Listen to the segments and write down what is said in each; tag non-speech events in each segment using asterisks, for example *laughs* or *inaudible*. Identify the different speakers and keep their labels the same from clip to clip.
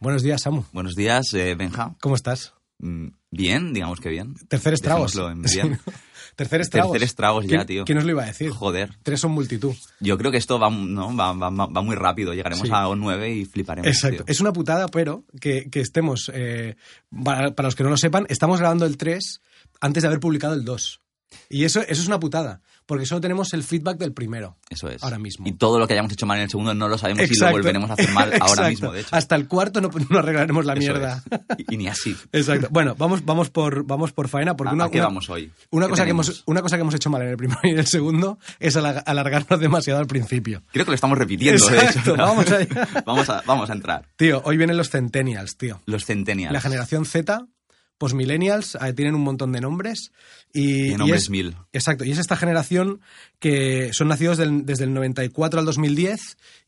Speaker 1: Buenos días, Samu.
Speaker 2: Buenos días, eh, Benja.
Speaker 1: ¿Cómo estás?
Speaker 2: Mm, Bien, digamos que bien.
Speaker 1: Tercer estragos.
Speaker 2: Dejémoslo en bien.
Speaker 1: *laughs* Tercer estragos.
Speaker 2: Tercer estragos ya,
Speaker 1: ¿Quién-
Speaker 2: tío.
Speaker 1: ¿Quién nos lo iba a decir?
Speaker 2: Joder.
Speaker 1: Tres son multitud.
Speaker 2: Yo creo que esto va, ¿no? va, va- va- va muy rápido. Llegaremos
Speaker 1: Sí.
Speaker 2: a un 9 y fliparemos.
Speaker 1: Exacto.
Speaker 2: tío.
Speaker 1: Es una putada, pero que, que estemos, eh, para, para los que no lo sepan, estamos grabando el 3 antes de haber publicado el 2. Y eso, eso es una putada, porque solo tenemos el feedback del primero.
Speaker 2: Eso es.
Speaker 1: Ahora mismo.
Speaker 2: Y todo lo que hayamos hecho mal en el segundo no lo sabemos y lo volveremos a hacer
Speaker 1: *laughs*
Speaker 2: mal
Speaker 1: Exacto.
Speaker 2: ahora mismo, de hecho.
Speaker 1: Hasta el cuarto no, no arreglaremos la
Speaker 2: Eso
Speaker 1: mierda.
Speaker 2: es. Y, y ni así.
Speaker 1: Exacto. Bueno, vamos, vamos, por, vamos por faena, porque
Speaker 2: ¿A-
Speaker 1: una,
Speaker 2: a qué
Speaker 1: una-
Speaker 2: vamos hoy?
Speaker 1: Una
Speaker 2: ¿Qué
Speaker 1: cosa, que
Speaker 2: tenemos?
Speaker 1: hemos, una cosa que hemos hecho mal en el primero *laughs* y en el segundo es alar- alargarnos demasiado al principio.
Speaker 2: Creo que lo estamos repitiendo, de
Speaker 1: Exacto,
Speaker 2: hecho.
Speaker 1: vamos allá.
Speaker 2: *laughs* vamos, a, vamos a entrar.
Speaker 1: Tío, hoy vienen los centennials, tío.
Speaker 2: Los centennials.
Speaker 1: La generación Z, post millennials, eh, tienen un montón de nombres. Y,
Speaker 2: Tienen
Speaker 1: y
Speaker 2: nombres
Speaker 1: es-
Speaker 2: mil.
Speaker 1: Exacto, y es esta generación que son nacidos del- desde el 94 al 2010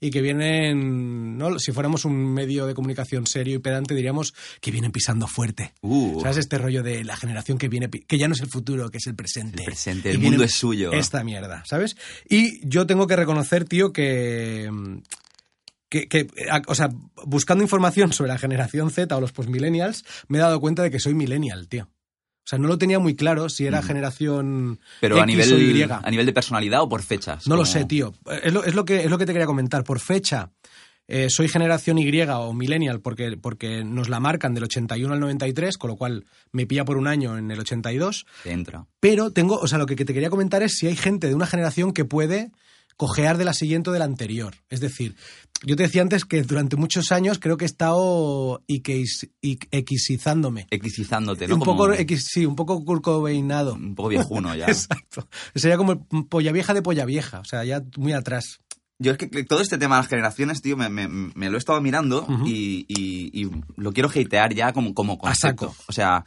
Speaker 1: y que vienen, ¿no? si fuéramos un medio de comunicación serio y pedante, diríamos que vienen pisando fuerte.
Speaker 2: Uh.
Speaker 1: ¿Sabes este rollo de la generación que viene, pi- que ya no es el futuro, que es el presente?
Speaker 2: El presente,
Speaker 1: Y
Speaker 2: el
Speaker 1: vienen
Speaker 2: mundo es suyo.
Speaker 1: Esta mierda, ¿sabes? Y yo tengo que reconocer, tío, que mm, que, que, eh, a- o sea, buscando información sobre la generación Z o los postmillennials, me he dado cuenta de que soy millennial, tío. O sea, no lo tenía muy claro si era generación
Speaker 2: Mm. Pero a
Speaker 1: X o Y.
Speaker 2: nivel, a nivel de personalidad o por fechas.
Speaker 1: No lo
Speaker 2: como-
Speaker 1: sé, tío. Es lo, es lo que, es lo que te quería comentar. Por fecha, eh, soy generación Y o millennial porque, porque nos la marcan del 81 al 93, con lo cual me pilla por un año en el 82.
Speaker 2: Te entra.
Speaker 1: Pero tengo, o sea, lo que que te quería comentar es si hay gente de una generación que puede cojear de la siguiente o de la anterior. Es decir, yo te decía antes que durante muchos años creo que he estado iqueis- i- equisizándome.
Speaker 2: Exizándote, ¿no?
Speaker 1: un,
Speaker 2: Como-
Speaker 1: poco, equis- sí, un poco
Speaker 2: *laughs*
Speaker 1: curcoveinado.
Speaker 2: un poco
Speaker 1: *laughs*
Speaker 2: viejuno ya.
Speaker 1: Exacto. Sería como polla vieja de polla vieja, o sea, ya muy atrás.
Speaker 2: Yo es que que todo este tema de las generaciones, tío, me, me- me lo he estado mirando
Speaker 1: Ujú.
Speaker 2: y, y- y lo quiero hatear ya como, como concepto.
Speaker 1: saco.
Speaker 2: O sea,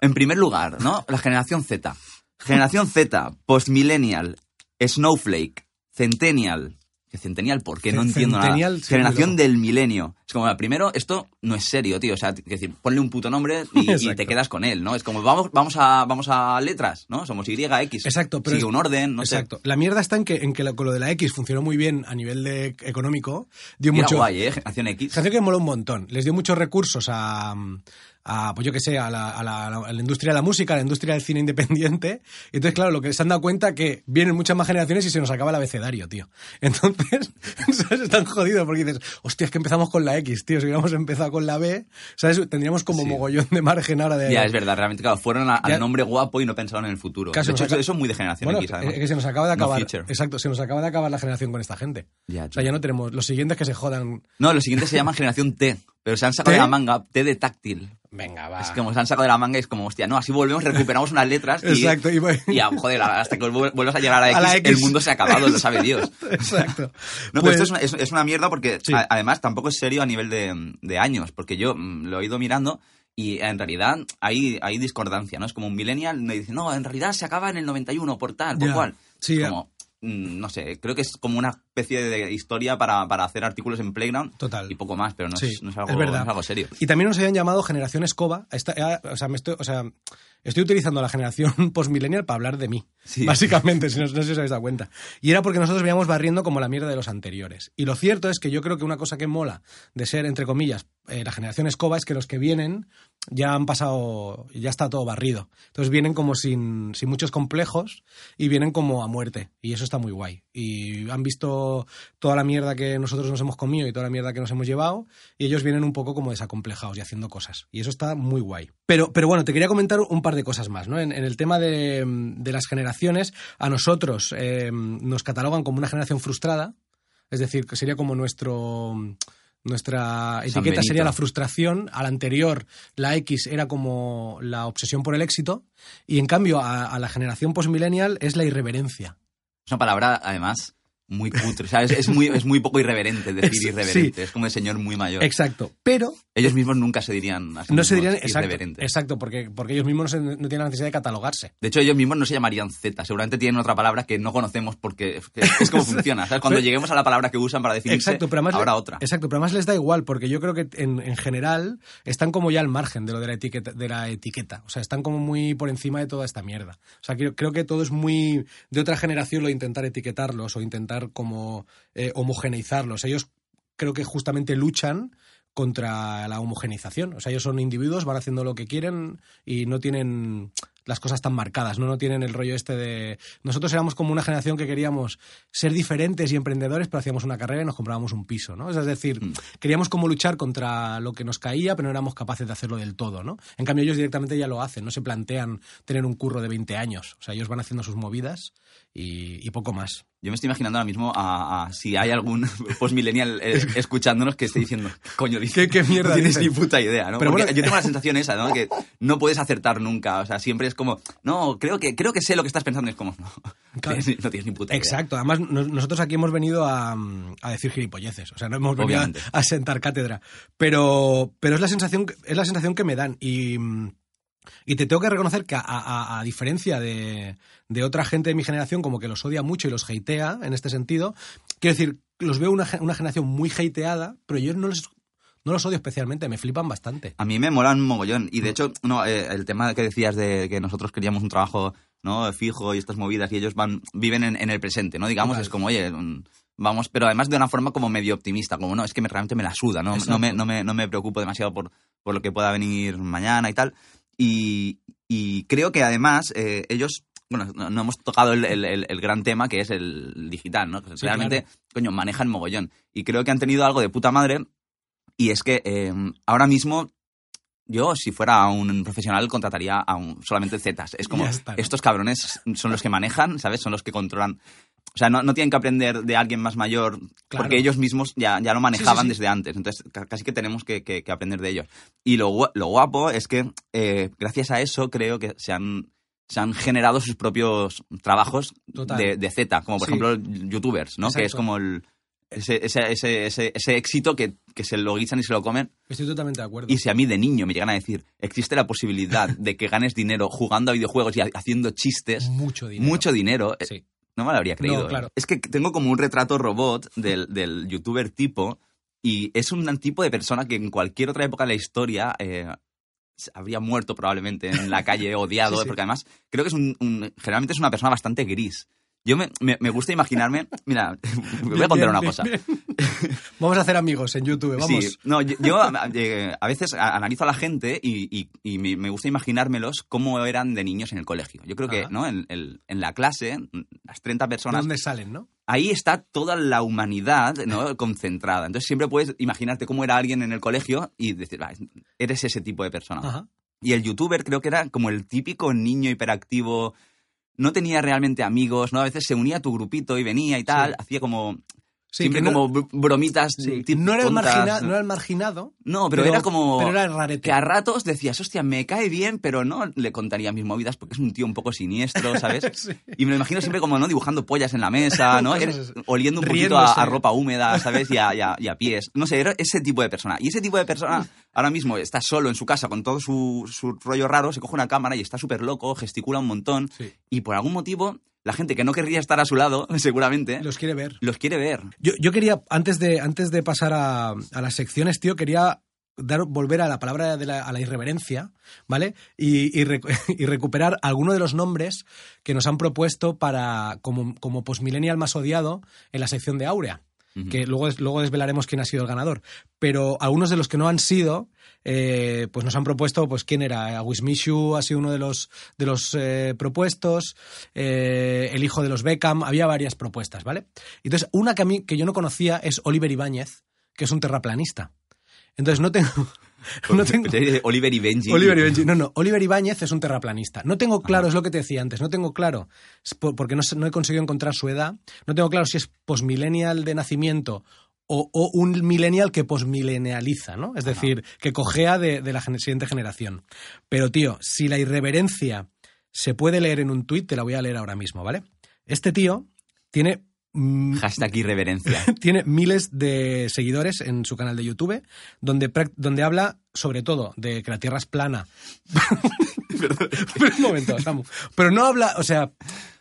Speaker 2: en primer lugar, ¿no? La generación Z. Generación Z, postmillennial, snowflake, centennial. ¿Qué centennial? ¿Por qué? No
Speaker 1: Ce-
Speaker 2: entiendo nada.
Speaker 1: centennial, sí,
Speaker 2: generación
Speaker 1: muy loco.
Speaker 2: del milenio. Es como, primero, esto no es serio, tío. O sea, es decir, ponle un puto nombre y, y
Speaker 1: Exacto.
Speaker 2: te quedas con él, ¿no? Es como, vamos, vamos, a, vamos a letras, ¿no? Somos Y, X.
Speaker 1: Exacto, pero
Speaker 2: Sigue
Speaker 1: es-
Speaker 2: un orden, no sé.
Speaker 1: Exacto. La mierda está en que, en que lo- con lo de la X funcionó muy bien a nivel de económico. Dio
Speaker 2: Y era
Speaker 1: mucho,
Speaker 2: guay, ¿eh? Generación X.
Speaker 1: Canción que me moló un montón. Les dio muchos recursos a, a, pues yo qué sé, a la, a la- a la industria de la música, a la industria del cine independiente. Entonces, claro, lo que se han dado cuenta que vienen muchas más generaciones y se nos acaba el abecedario, tío. Entonces, *laughs* ¿sabes? Están jodidos porque dices, hostia, es que empezamos con la X, tío. Si hubiéramos empezado con la B, ¿sabes? Tendríamos como
Speaker 2: Sí.
Speaker 1: mogollón de margen ahora de...
Speaker 2: Ya, es verdad, realmente, claro, fueron a-
Speaker 1: Ya-
Speaker 2: al nombre guapo y no pensaron en el futuro.
Speaker 1: Casi
Speaker 2: de hecho,
Speaker 1: nos acaba-
Speaker 2: eso es muy de generación
Speaker 1: Bueno,
Speaker 2: X, además.
Speaker 1: es que se nos acaba de
Speaker 2: No
Speaker 1: acabar.
Speaker 2: future.
Speaker 1: exacto, se nos acaba de acabar la generación con esta gente.
Speaker 2: Ya,
Speaker 1: o sea,
Speaker 2: tío.
Speaker 1: ya no tenemos... Los siguientes que se jodan...
Speaker 2: No, lo siguiente se llama generación T, pero se han sacado
Speaker 1: ¿T? Ah.
Speaker 2: de la manga T de táctil.
Speaker 1: Venga, va.
Speaker 2: Es como se han sacado de la manga y es como, hostia, no, así volvemos, recuperamos unas letras y...
Speaker 1: Exacto, y voy-
Speaker 2: *laughs* y, ah, joder, hasta que vuel- vuelvas a llegar a, la
Speaker 1: A la
Speaker 2: X, el
Speaker 1: X.
Speaker 2: mundo se ha acabado, lo sabe Dios.
Speaker 1: *laughs* Exacto.
Speaker 2: No,
Speaker 1: Pues-
Speaker 2: pero esto es una, es- es una mierda porque
Speaker 1: Sí.
Speaker 2: a- además tampoco es serio a nivel de, de años, porque yo mm, lo he ido mirando y en realidad hay, hay discordancia, ¿no? Es como un millennial me dice, no, en realidad se acaba en el 91 por tal, por
Speaker 1: Ya.
Speaker 2: cual.
Speaker 1: Sí,
Speaker 2: Es
Speaker 1: ya.
Speaker 2: como, mm, no sé, creo que es como una especie de historia para, para hacer artículos en Playground
Speaker 1: Total.
Speaker 2: y poco más, pero no,
Speaker 1: Sí,
Speaker 2: es, no es algo,
Speaker 1: es verdad.
Speaker 2: no es algo serio.
Speaker 1: Y también nos habían llamado generación escoba. Esta- eh, o, sea, me estoy, o sea, estoy utilizando la generación *laughs* postmillennial para hablar de mí,
Speaker 2: Sí.
Speaker 1: básicamente, si no, no sé si os habéis dado cuenta. Y era porque nosotros veíamos barriendo como la mierda de los anteriores. Y lo cierto es que yo creo que una cosa que mola de ser, entre comillas, eh, la generación escoba es que los que vienen ya han pasado, ya está todo barrido. Entonces vienen como sin, sin muchos complejos y vienen como a muerte. Y eso está muy guay. Y han visto toda la mierda que nosotros nos hemos comido y toda la mierda que nos hemos llevado. Y ellos vienen un poco como desacomplejados y haciendo cosas. Y eso está muy guay. Pero, pero bueno, te quería comentar un par de cosas más. ¿no? En, en el tema de, de las generaciones, a nosotros eh, nos catalogan como una generación frustrada. Es decir, que sería como nuestro. Nuestra
Speaker 2: San
Speaker 1: etiqueta sería
Speaker 2: Benito.
Speaker 1: la frustración. A la anterior, la X era como la obsesión por el éxito. Y en cambio, a, a la generación postmillennial es la irreverencia.
Speaker 2: Es una palabra, además, muy cutre. O sea, es, es muy, es muy poco irreverente decir
Speaker 1: Es-
Speaker 2: irreverente.
Speaker 1: sí.
Speaker 2: Es como el señor muy mayor.
Speaker 1: Exacto. Pero
Speaker 2: Ellos mismos nunca se dirían así.
Speaker 1: no se dirían exacto,
Speaker 2: irreverentes.
Speaker 1: exacto porque, porque ellos mismos no, se- no tienen la necesidad de catalogarse.
Speaker 2: De hecho, ellos mismos no se llamarían Z. Seguramente tienen otra palabra que no conocemos porque es que
Speaker 1: *laughs*
Speaker 2: es como funciona. ¿sabes? Cuando lleguemos a la palabra que usan para definirse,
Speaker 1: Exacto, pero además
Speaker 2: habrá
Speaker 1: le-
Speaker 2: otra.
Speaker 1: Exacto, pero además les da igual, porque yo creo que en, en general están como ya al margen de lo de la etiqueta, de la etiqueta. O sea, están como muy por encima de toda esta mierda. O sea, creo, creo que todo es muy de otra generación lo de intentar etiquetarlos o intentar como eh, homogeneizarlos. Ellos creo que justamente luchan contra la homogenización. O sea, ellos son individuos, van haciendo lo que quieren y no tienen las cosas tan marcadas, ¿no? No tienen el rollo este de... Nosotros éramos como una generación que queríamos ser diferentes y emprendedores, pero hacíamos una carrera y nos comprábamos un piso, ¿no? O sea, Es decir, queríamos como luchar contra lo que nos caía, pero no éramos capaces de hacerlo del todo, ¿no? En cambio, ellos directamente ya lo hacen, no se plantean tener un curro de 20 años. O sea, ellos van haciendo sus movidas y, y poco más.
Speaker 2: Yo me estoy imaginando ahora mismo a, a- si hay algún *laughs* postmillennial eh, escuchándonos que esté diciendo, coño, dice,
Speaker 1: ¿Qué- qué mierda
Speaker 2: *laughs* no tienes
Speaker 1: dicen?".
Speaker 2: ni puta idea, ¿no?
Speaker 1: Pero
Speaker 2: Porque
Speaker 1: bueno- *laughs*
Speaker 2: yo tengo la sensación esa, ¿no? Que no puedes acertar nunca, o sea, siempre es como, no, creo que creo que sé lo que estás pensando, es como, no, *laughs*
Speaker 1: Claro.
Speaker 2: tienes- no tienes ni puta idea.
Speaker 1: Exacto, además no- nosotros aquí hemos venido a, mm, a decir gilipolleces, o sea, no hemos venido a,
Speaker 2: Obviamente.
Speaker 1: a sentar cátedra, pero, pero es, la sensación, que- es la sensación que me dan y, mm, y te tengo que reconocer que a, a- a diferencia de, de otra gente de mi generación como que los odia mucho y los hatea en este sentido, quiero decir, los veo una, ge- una generación muy hateada, pero yo no, les, no los odio especialmente, me flipan bastante.
Speaker 2: A mí me molan mogollón.
Speaker 1: Mm.
Speaker 2: Y de hecho, no, eh, el tema que decías de que nosotros queríamos un trabajo ¿no? fijo y estas movidas, y ellos van, viven en, en el presente, ¿no? Digamos,
Speaker 1: Total.
Speaker 2: es como, oye, mm, vamos, pero además de una forma como medio optimista, como no, es que me- realmente me la suda, ¿no?
Speaker 1: Exacto.
Speaker 2: No me, no, me, no me preocupo demasiado por, por lo que pueda venir mañana y tal. Y, y creo que además eh, ellos. Bueno, no, no hemos tocado el, el- el- el gran tema que es el digital, ¿no? Que
Speaker 1: Sí,
Speaker 2: Realmente, coño, manejan mogollón. Y creo que han tenido algo de puta madre y es que eh, ahora mismo yo, si fuera un profesional, contrataría a un- solamente Zetas. Es como,
Speaker 1: Ya está, ¿no?
Speaker 2: estos cabrones son los que manejan, ¿sabes? Son los que controlan. O sea, no, no tienen que aprender de alguien más mayor,
Speaker 1: Claro.
Speaker 2: porque ellos mismos ya, ya lo manejaban
Speaker 1: sí.
Speaker 2: desde antes. Entonces, ca- casi que tenemos que, que- que aprender de ellos. Y lo, gua- lo guapo es que, eh, gracias a eso, creo que se han, se han generado sus propios trabajos
Speaker 1: Total.
Speaker 2: de, de Z, como por
Speaker 1: Sí.
Speaker 2: ejemplo youtubers, ¿no? Que es
Speaker 1: Exacto.
Speaker 2: como el, ese, ese, ese, ese, ese éxito que, que se lo guisan y se lo comen.
Speaker 1: Estoy totalmente de acuerdo.
Speaker 2: Y si a mí de niño me llegan a decir, existe la posibilidad de que ganes dinero jugando a videojuegos y ha- haciendo chistes,
Speaker 1: Mucho dinero.
Speaker 2: mucho dinero, eh,
Speaker 1: Sí.
Speaker 2: no me lo habría creído. ¿eh?
Speaker 1: claro.
Speaker 2: Es que tengo como un retrato robot del, del youtuber tipo y es un tipo de persona que en cualquier otra época de la historia eh, se habría muerto probablemente en la
Speaker 1: *laughs*
Speaker 2: calle, odiado,
Speaker 1: Sí, sí.
Speaker 2: porque además creo que es un, un- generalmente es una persona bastante gris. Yo me, me- me gusta imaginarme, *laughs* mira, voy a
Speaker 1: Bien,
Speaker 2: contar una
Speaker 1: bien,
Speaker 2: cosa.
Speaker 1: bien, *laughs* bien. Vamos a hacer amigos en YouTube, vamos.
Speaker 2: Sí, no, yo,
Speaker 1: *laughs*
Speaker 2: yo a, eh, a veces a- analizo a la gente y, y- y me, me gusta imaginármelos cómo eran de niños en el colegio. Yo creo que
Speaker 1: Ajá.
Speaker 2: ¿no? en, el- en la clase, las 30
Speaker 1: ¿De
Speaker 2: personas,
Speaker 1: dónde salen, no?
Speaker 2: ahí está toda la humanidad ¿no? concentrada. Entonces siempre puedes imaginarte cómo era alguien en el colegio y decir, "Va, eres ese tipo de persona.
Speaker 1: Ajá.
Speaker 2: Y el youtuber creo que era como el típico niño hiperactivo. No tenía realmente amigos, ¿no? A veces se unía a tu grupito y venía y tal.
Speaker 1: Sí.
Speaker 2: Hacía como...
Speaker 1: Sí,
Speaker 2: siempre
Speaker 1: que no-
Speaker 2: como br- bromitas.
Speaker 1: Sí,
Speaker 2: tip-
Speaker 1: no, era el
Speaker 2: tontas,
Speaker 1: margina- no era el marginado.
Speaker 2: no, pero, era como
Speaker 1: Pero era rarete.
Speaker 2: que a ratos decías, hostia, me cae bien, pero no le contaría mis movidas porque es un tío un
Speaker 1: *laughs*
Speaker 2: poco siniestro, ¿sabes?
Speaker 1: Sí.
Speaker 2: Y me lo imagino siempre como, ¿no? Dibujando pollas en la
Speaker 1: *laughs*
Speaker 2: mesa, ¿no?
Speaker 1: Cosas
Speaker 2: Era-
Speaker 1: así.
Speaker 2: Oliendo un poquito a,
Speaker 1: Riéndose.
Speaker 2: a ropa húmeda, ¿sabes? Y a, y a- y a pies. No sé, era ese tipo de persona. Y ese tipo de persona ahora mismo está solo en su casa con todo su, su rollo raro, se coge una cámara y está súper loco, gesticula un montón.
Speaker 1: Sí.
Speaker 2: Y por algún motivo, la gente que no querría estar a su lado, *laughs* seguramente, los,
Speaker 1: Los quiere ver.
Speaker 2: quiere ver.
Speaker 1: Yo, yo quería, antes de, antes de pasar a, a las secciones, tío, quería dar, volver a la palabra de la, a la irreverencia, ¿vale? Y, y recu- *laughs* y recuperar alguno de los nombres que nos han propuesto para como, como postmillennial más odiado en la sección de Áurea.
Speaker 2: Ujú.
Speaker 1: que luego, des- luego desvelaremos quién ha sido el ganador. Pero algunos de los que no han sido, eh, pues nos han propuesto, pues quién era. Wismishu ha sido uno de los, de los eh, propuestos, eh, el hijo de los Beckham, había varias propuestas, ¿vale? Entonces, una que, a mí, que yo no conocía es Oliver Ibáñez, que es un terraplanista. Entonces, no tengo... *laughs* No
Speaker 2: Pues,
Speaker 1: tengo...
Speaker 2: Oliver y Benji.
Speaker 1: Oliver Ibáñez. No, no. Oliver Ibáñez es un terraplanista. No tengo claro, es lo que te decía antes, no tengo claro, es por- porque no, sé- no he conseguido encontrar su edad. No tengo claro si es posmillennial de nacimiento o, o un millennial que posmilenializa, ¿no? Es decir, que cojea de, de la gen- siguiente generación. Pero, tío, si la irreverencia se puede leer en un tuit, te la voy a leer ahora mismo, ¿vale? Este tío tiene mm,
Speaker 2: Hashtag irreverencia.
Speaker 1: *laughs* tiene miles de seguidores en su canal de YouTube, donde, prac- donde habla sobre todo de que la Tierra es
Speaker 2: *laughs*
Speaker 1: plana. pero *laughs* un momento, Samu. Pero no habla, o sea,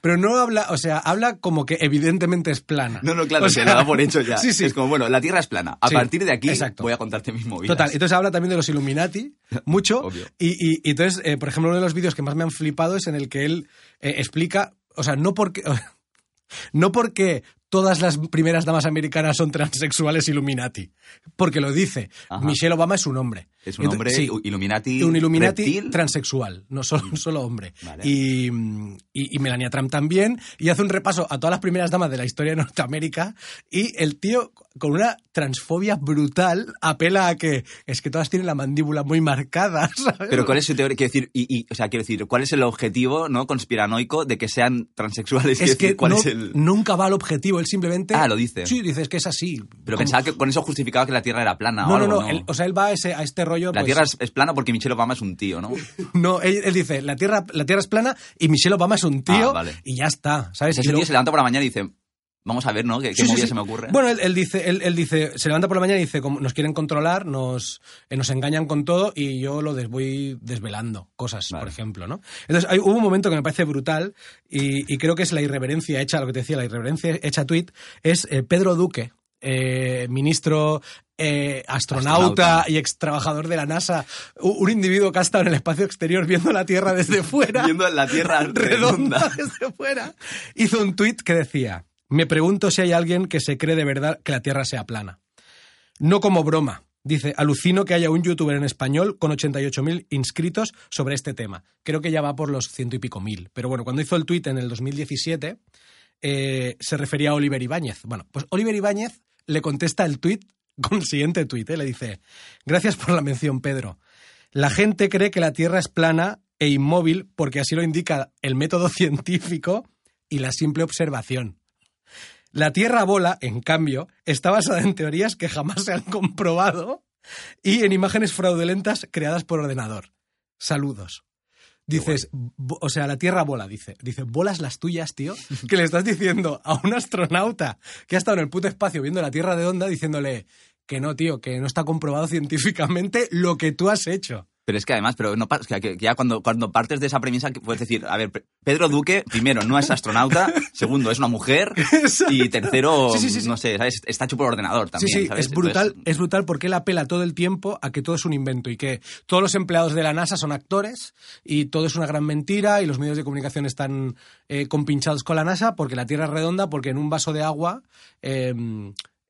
Speaker 1: pero no habla, o sea, habla como que evidentemente es plana.
Speaker 2: No, no, claro,
Speaker 1: O
Speaker 2: se
Speaker 1: sea,
Speaker 2: la da por hecho
Speaker 1: *laughs*
Speaker 2: ya.
Speaker 1: Sí, sí.
Speaker 2: Es como, bueno, la Tierra es plana. A
Speaker 1: Sí,
Speaker 2: partir de aquí
Speaker 1: exacto.
Speaker 2: voy a contarte mis movidas.
Speaker 1: Total, entonces habla también de los
Speaker 2: *laughs*
Speaker 1: Illuminati, mucho.
Speaker 2: Obvio.
Speaker 1: Y, y- y entonces, eh, por ejemplo, uno de los vídeos que más me han flipado es en el que él eh, explica, o sea, no porque, *laughs* no porque todas las primeras damas americanas son transexuales Illuminati, porque lo dice.
Speaker 2: Ajá.
Speaker 1: Michelle Obama es un hombre.
Speaker 2: es un
Speaker 1: Ento-
Speaker 2: hombre
Speaker 1: sí,
Speaker 2: u- Illuminati.
Speaker 1: un Illuminati
Speaker 2: reptil. Mm.
Speaker 1: transexual, no solo, solo hombre.
Speaker 2: Vale.
Speaker 1: Y, mm, y- y Melania Trump también. Y hace un repaso a todas las primeras damas de la historia de Norteamérica. Y el tío, con una transfobia brutal, apela a que es que todas tienen la mandíbula muy marcada, *laughs* ¿sabes?
Speaker 2: Pero ¿cuál es su teoría? Quiero decir, y, y- o sea, quiero decir, ¿cuál es el objetivo no conspiranoico de que sean transexuales? Quiero
Speaker 1: es
Speaker 2: decir,
Speaker 1: que
Speaker 2: ¿cuál
Speaker 1: no-
Speaker 2: es el...?
Speaker 1: nunca va al objetivo, él simplemente...
Speaker 2: Ah, lo dice.
Speaker 1: Sí, dice, es que es así. Como-
Speaker 2: Pero pensaba que con eso justificaba que la Tierra era plana o
Speaker 1: No, no,
Speaker 2: algo,
Speaker 1: no,
Speaker 2: ¿no?
Speaker 1: él- o sea, él va a, ese- a este rollo...
Speaker 2: La
Speaker 1: pues,
Speaker 2: Tierra es, es plana porque Michelle Obama es un
Speaker 1: *laughs*
Speaker 2: tío, ¿no?
Speaker 1: No, él, él dice, la tierra, la tierra es plana y Michelle Obama es un tío
Speaker 2: Ah, vale.
Speaker 1: y ya está,
Speaker 2: O
Speaker 1: ¿sabes?
Speaker 2: sea,
Speaker 1: Y
Speaker 2: ese
Speaker 1: luego-
Speaker 2: tío se levanta por la mañana y dice, vamos a ver, ¿no? ¿Qué, qué
Speaker 1: Sí, sí,
Speaker 2: movida
Speaker 1: sí.
Speaker 2: se me ocurre?
Speaker 1: Bueno, él, él dice, él, él dice, se levanta por la mañana y dice, como nos quieren controlar, nos, eh, nos engañan con todo y yo lo des- voy desvelando cosas,
Speaker 2: Vale.
Speaker 1: por ejemplo, ¿no? Entonces, hay, hubo un momento que me parece brutal y, y creo que es la irreverencia hecha, lo que te decía, la irreverencia hecha tweet, es eh, Pedro Duque, eh, ministro... eh, astronauta,
Speaker 2: Astronauta.
Speaker 1: y ex trabajador de la NASA, u- un individuo que ha estado en el espacio exterior viendo la Tierra desde *laughs* fuera
Speaker 2: Viendo la Tierra redonda.
Speaker 1: *laughs* redonda desde fuera, hizo un tuit que decía, me pregunto si hay alguien que se cree de verdad que la Tierra sea plana. No como broma. Dice, alucino que haya un youtuber en español con 88.000 inscritos sobre este tema. Creo que ya va por los ciento y pico mil. Pero bueno, cuando hizo el tuit en el 2017, eh, se refería a Oliver Ibáñez. Bueno, pues Oliver Ibáñez le contesta el tuit con el siguiente tuit. eh, Le dice, gracias por la mención, Pedro. La gente cree que la Tierra es plana e inmóvil porque así lo indica el método *laughs* científico y la simple observación. La Tierra bola, en cambio, está basada en teorías que jamás se han comprobado y en imágenes fraudulentas creadas por ordenador. Saludos. Dices, bo- o sea, la Tierra bola, dice. Dice, bolas las tuyas, tío, *laughs* que le estás diciendo a un astronauta que ha estado en el puto espacio viendo la Tierra de onda diciéndole que no, tío, que no está comprobado científicamente lo que tú has hecho.
Speaker 2: Pero es que además, pero no pa- que- que ya cuando, cuando partes de esa premisa que puedes decir, a ver, Pe- Pedro Duque, primero, no es
Speaker 1: *laughs*
Speaker 2: astronauta, segundo, es una mujer, y tercero,
Speaker 1: Sí, sí, sí, sí.
Speaker 2: no sé, ¿sabes? está hecho por ordenador también.
Speaker 1: sí, sí,
Speaker 2: ¿sabes?
Speaker 1: es brutal,
Speaker 2: Entonces,
Speaker 1: es brutal porque él apela todo el tiempo a que todo es un invento y que todos los empleados de la NASA son actores y todo es una gran mentira y los medios de comunicación están eh, compinchados con la NASA porque la Tierra es redonda, porque en un vaso de agua eh,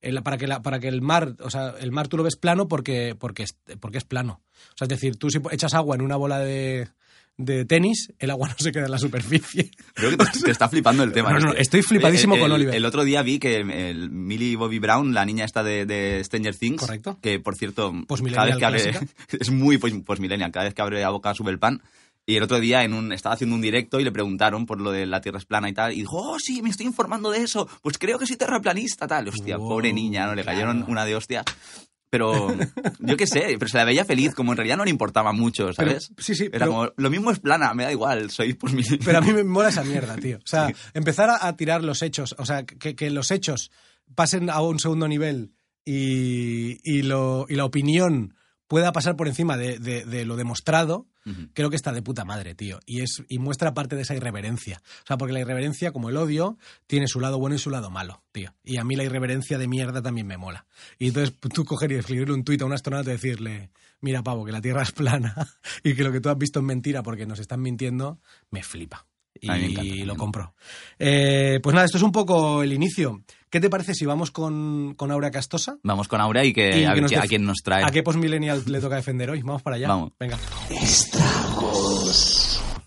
Speaker 1: el- para que la- para que el mar, o sea, el mar tú lo ves plano porque porque es, porque es plano. O sea, es decir, tú si echas agua en una bola de de tenis, el agua *laughs* no se queda en la superficie. *laughs*
Speaker 2: Creo que te, te está flipando el tema.
Speaker 1: No, no,
Speaker 2: este.
Speaker 1: estoy flipadísimo
Speaker 2: El-
Speaker 1: con
Speaker 2: el-
Speaker 1: Oliver.
Speaker 2: El otro día vi que el Millie Bobby Brown, la niña esta de, de Stranger Things,
Speaker 1: Correcto.
Speaker 2: que por cierto, cada vez
Speaker 1: Postmillennial
Speaker 2: que abre,
Speaker 1: clásica.
Speaker 2: *laughs* es muy post- postmillennial, cada vez que abre la boca sube el pan. Y el otro día en un, estaba haciendo un directo y le preguntaron por lo de la Tierra es plana y tal. Y dijo, oh, sí, me estoy informando de eso. Pues creo que soy terraplanista, tal. Hostia,
Speaker 1: Wow,
Speaker 2: pobre niña, ¿no? Le cayeron
Speaker 1: claro.
Speaker 2: una de hostia. Pero yo qué sé, pero se la veía feliz, como en realidad no le importaba mucho,
Speaker 1: Pero-
Speaker 2: ¿sabes?
Speaker 1: sí, sí,
Speaker 2: Era
Speaker 1: pero-
Speaker 2: como, lo mismo es plana, me da igual, soy postmillennial.
Speaker 1: Pero a mí me mola esa mierda, tío. O sea, empezar a, a tirar los hechos, o sea, que, que los hechos pasen a un segundo nivel y, y lo, y la opinión pueda pasar por encima de, de- de lo demostrado,
Speaker 2: Ujú.
Speaker 1: creo que está de puta madre, tío. Y, es, y muestra parte de esa irreverencia. O sea, porque la irreverencia, como el odio, tiene su lado bueno y su lado malo, tío. Y a mí la irreverencia de mierda también me mola. Y entonces pues, tú coger y escribirle un tuit a un astronauta y decirle, mira, pavo, que la Tierra es plana *laughs* y que lo que tú has visto es mentira porque nos están mintiendo, me flipa. Y
Speaker 2: A mí me encanta también.
Speaker 1: lo compro. Eh, pues nada, esto es un poco el inicio. ¿Qué te parece si vamos con, con Aura Castosa?
Speaker 2: Vamos con Aura y que,
Speaker 1: Y
Speaker 2: Eh, a,
Speaker 1: que
Speaker 2: ver
Speaker 1: nos
Speaker 2: qué- a
Speaker 1: def-
Speaker 2: quién nos trae.
Speaker 1: ¿A qué postmillennial le toca defender hoy? Vamos para allá.
Speaker 2: Vamos.
Speaker 1: Venga.